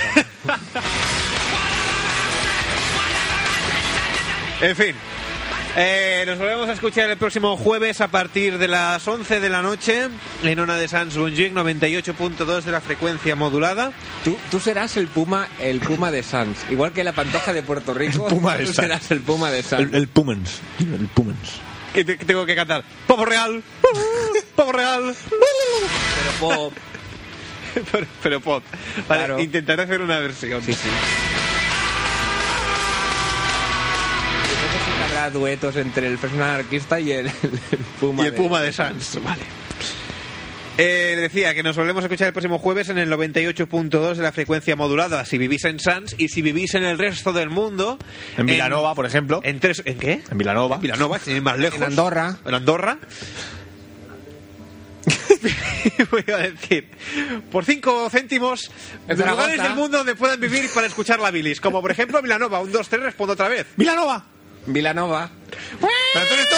Speaker 2: En fin. eh, nos volvemos a escuchar el próximo jueves a partir de las 11 de la noche en Ona de Sans Bonjuic 98.2 de la frecuencia modulada.
Speaker 3: Tú, tú serás el Puma, el Puma de Sanz. Igual que la pantoja de Puerto Rico,
Speaker 4: El Puma de
Speaker 3: tú
Speaker 4: Sanz.
Speaker 3: serás el Puma de Sanz.
Speaker 4: El, el Pumens. El Pumens.
Speaker 2: Que te- que tengo que cantar. Popo real. uh, Popo real. uh".
Speaker 3: Pero po-
Speaker 2: Pero, pero pop. Vale,
Speaker 3: Claro.
Speaker 2: intentaré hacer una versión.
Speaker 3: Sí, sí. Habrá duetos entre el personal anarquista y el, el Puma.
Speaker 2: Y el
Speaker 3: de-
Speaker 2: Puma de Sans, vale. Eh, decía que nos volvemos a escuchar el próximo jueves en el 98.2 de la frecuencia modulada si vivís en Sans y si vivís en el resto del mundo.
Speaker 4: En Vilanova, por ejemplo.
Speaker 2: ¿En, tres, ¿en qué?
Speaker 4: En Vilanova.
Speaker 2: En Vilanova, sin ir más lejos.
Speaker 3: En Andorra.
Speaker 2: En Andorra. Voy a decir, por 5 céntimos,
Speaker 3: En
Speaker 2: los
Speaker 3: Zaragoza.
Speaker 2: lugares del mundo donde puedan vivir para escuchar la bilis. Como por ejemplo Vilanova, un 2, 3, respondo otra vez.
Speaker 4: ¡Vilanova!
Speaker 3: Vilanova.
Speaker 4: ¡Pero tú eres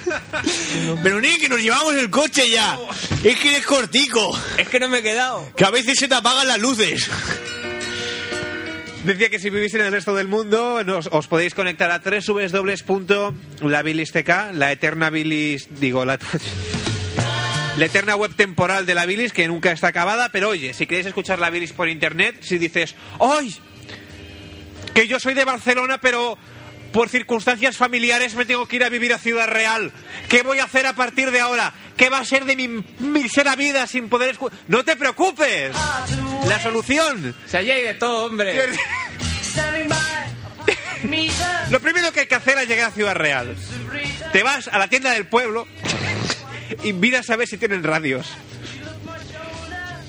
Speaker 4: tonto! Pero ni que nos llevamos el coche ya. Es que es cortico.
Speaker 3: Es que no me he quedado.
Speaker 4: Que a veces se te apagan las luces.
Speaker 2: Decía que si vivís en el resto del mundo, nos- os podéis conectar a www.labilistk, la eterna bilis, digo, la, la eterna web temporal de la bilis que nunca está acabada. Pero oye, si queréis escuchar la bilis por internet, si dices, ¡ay! Que yo soy de Barcelona, pero por circunstancias familiares me tengo que ir a vivir a Ciudad Real. ¿Qué voy a hacer a partir de ahora? ¿Qué va a ser de mi misera vida sin poder escuchar? ¡No te preocupes! La solución
Speaker 3: Si allí hay de todo, hombre.
Speaker 2: Lo primero que hay que hacer es llegar a Ciudad Real. Te vas a la tienda del pueblo y miras a ver si tienen radios.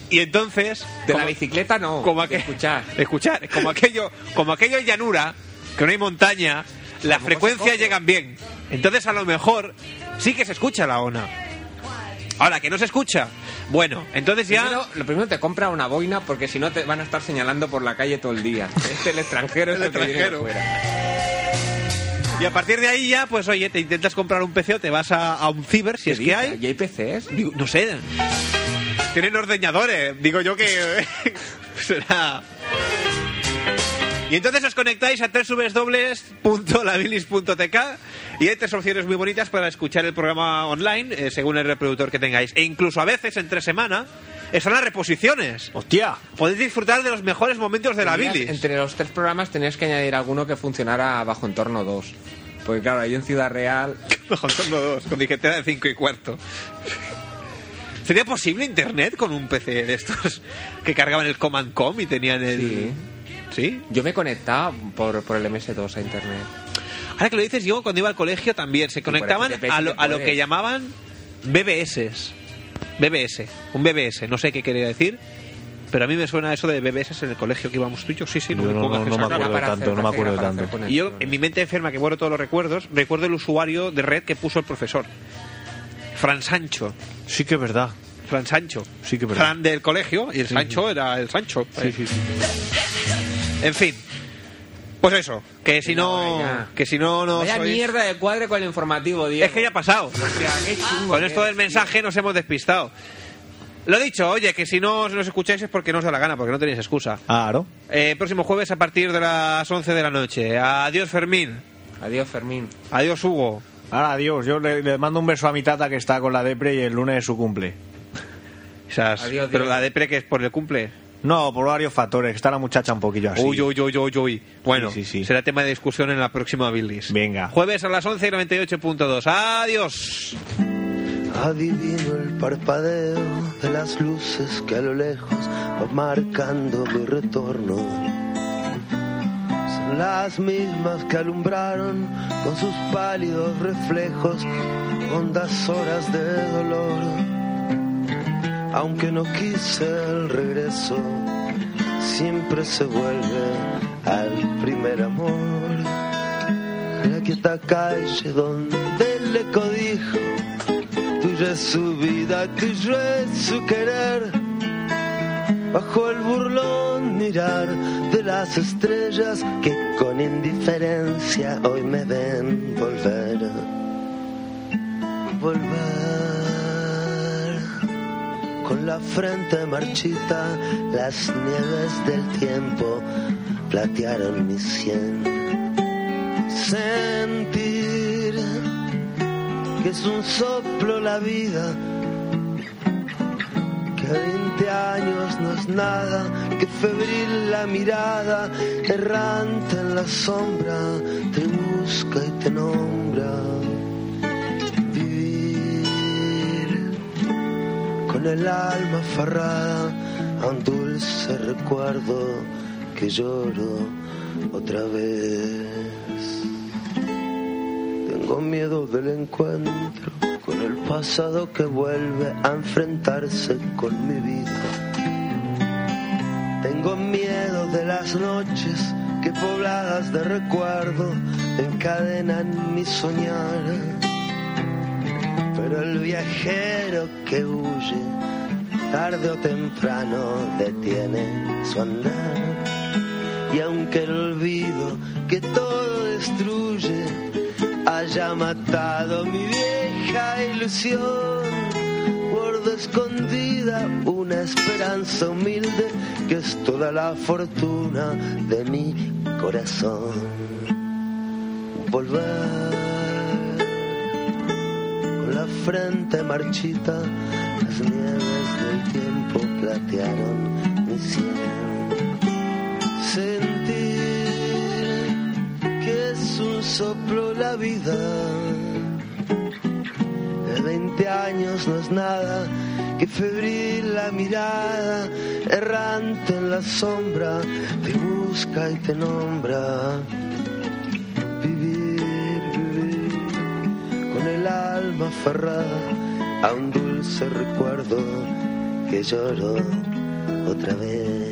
Speaker 2: Y entonces,
Speaker 3: De
Speaker 2: como-
Speaker 3: la bicicleta no.
Speaker 2: como
Speaker 3: de
Speaker 2: aquel-
Speaker 3: escuchar.
Speaker 2: de escuchar, como aquello, como aquello es llanura, que no hay montaña, las frecuencias
Speaker 3: coge.
Speaker 2: llegan bien. Entonces a lo mejor sí que se escucha la ONA. Ahora, que no se escucha. Bueno, entonces ya...
Speaker 3: Primero, lo primero te compra una boina porque si no te van a estar señalando por la calle todo el día. Este el extranjero es
Speaker 2: El
Speaker 3: el, que viene de
Speaker 2: extranjero.
Speaker 3: fuera.
Speaker 2: Y a partir de ahí ya, pues oye, te intentas comprar un PC o te vas a, a un ciber, si es que
Speaker 3: ¿Qué
Speaker 2: hay.
Speaker 3: ¿Y hay PCs?
Speaker 2: Digo, no sé. Tienen ordeñadores. Digo yo que eh, será. Y entonces os conectáis a www.labilis.tk y hay tres opciones muy bonitas para escuchar el programa online eh, según el reproductor que tengáis. E incluso a veces, entre semana, están las reposiciones.
Speaker 4: ¡Hostia!
Speaker 2: Podéis disfrutar de los mejores momentos de la
Speaker 3: Tenías-
Speaker 2: bilis.
Speaker 3: Entre los tres programas tenías que añadir alguno que funcionara bajo entorno 2. Porque claro, ahí en Ciudad Real
Speaker 2: Contando dos, con disquetera de 5 y cuarto. ¿Sería posible internet con un PC de estos que cargaban el Command Com y tenían el. Sí.
Speaker 3: yo me conectaba por, por el MS2 a internet.
Speaker 2: Ahora que lo dices, yo cuando iba al colegio también se conectaban
Speaker 4: pues
Speaker 3: por FTP
Speaker 2: a lo, a lo
Speaker 3: puedes.
Speaker 2: que llamaban BBS. BBS, un BBS, no sé qué quería decir, pero a mí me suena eso de BBS en el colegio que íbamos tú y yo. Sí, sí, no
Speaker 4: Yo
Speaker 2: me
Speaker 4: no-
Speaker 2: pongas
Speaker 4: no-
Speaker 2: esa
Speaker 4: no me
Speaker 2: cara.
Speaker 4: acuerdo
Speaker 3: Era para
Speaker 4: tanto,
Speaker 3: hacer-
Speaker 4: no me acuerdo
Speaker 3: era para hacer
Speaker 4: tanto.
Speaker 2: Y yo,
Speaker 3: conexiones.
Speaker 2: en mi mente enferma, que muero todos los recuerdos, recuerdo el usuario de red que puso el profesor. Fran Sancho.
Speaker 4: Sí que es verdad.
Speaker 2: Fran Sancho.
Speaker 4: Sí que es verdad.
Speaker 2: Fran del colegio y el Sancho era el Sancho. Eh, En fin. Pues eso, que si no,
Speaker 3: Venga.
Speaker 2: que si no no
Speaker 3: Vaya
Speaker 2: sois-
Speaker 3: mierda de cuadre con el informativo, Diego.
Speaker 2: Es que ya ha pasado.
Speaker 3: O sea, qué chungo eh.
Speaker 2: Con
Speaker 3: que
Speaker 2: esto del
Speaker 3: es,
Speaker 2: mensaje nos hemos despistado. Lo dicho, oye, que si no os- nos escucháis es porque no os da la gana, porque no tenéis excusa.
Speaker 4: Ah, ¿no?
Speaker 2: Eh, próximo jueves a partir de las 11 de la noche. Adiós Fermín,
Speaker 3: tío. Adiós, Fermín.
Speaker 2: adiós Hugo.
Speaker 4: Ahora, adiós. Yo le, le mando un beso a mi tata que está con la depre y el lunes es su cumple.
Speaker 2: Esas-
Speaker 3: Adiós,
Speaker 2: pero
Speaker 3: Diego.
Speaker 2: la depre que es por el cumple.
Speaker 4: No, por varios factores. Está la muchacha un poquillo así.
Speaker 2: Uy, uy, uy, uy, uy. Bueno,
Speaker 4: Sí, sí, sí.
Speaker 2: será tema de discusión en la próxima Billys.
Speaker 4: Venga.
Speaker 2: Jueves a las 11 y 98.2. Adiós.
Speaker 9: Adivino el parpadeo de las luces que a lo lejos va marcando mi retorno. Son las mismas que alumbraron con sus pálidos reflejos hondas horas de dolor. Aunque no quise el regreso, siempre se vuelve al primer amor. La quieta calle donde le codijo tuya es su vida, tuyo es su querer. Bajo el burlón mirar de las estrellas que con indiferencia hoy me ven volver. Volver con la frente marchita, las nieves del tiempo platearon mi sien. Sentir que es un soplo la vida, que a 20 años no es nada, que febril la mirada, errante en la sombra, te busca y te nombra. Vivir con el alma aferrada a un dulce recuerdo que lloro otra vez. Tengo miedo del encuentro con el pasado que vuelve a enfrentarse con mi vida. Tengo miedo de las noches que pobladas de recuerdo encadenan mi soñar. Pero el viajero que huye, tarde o temprano, detiene su andar. Y aunque el olvido que todo destruye haya matado mi vieja ilusión, guardo escondida una esperanza humilde que es toda la fortuna de mi corazón. Volver con la frente marchita, las nieves del tiempo platearon mi cielo sentir que es un soplo la vida. De 20 años no es nada que febril la mirada, errante en la sombra, te busca y te nombra. Vivir, vivir con el alma aferrada a un dulce recuerdo que lloro otra vez.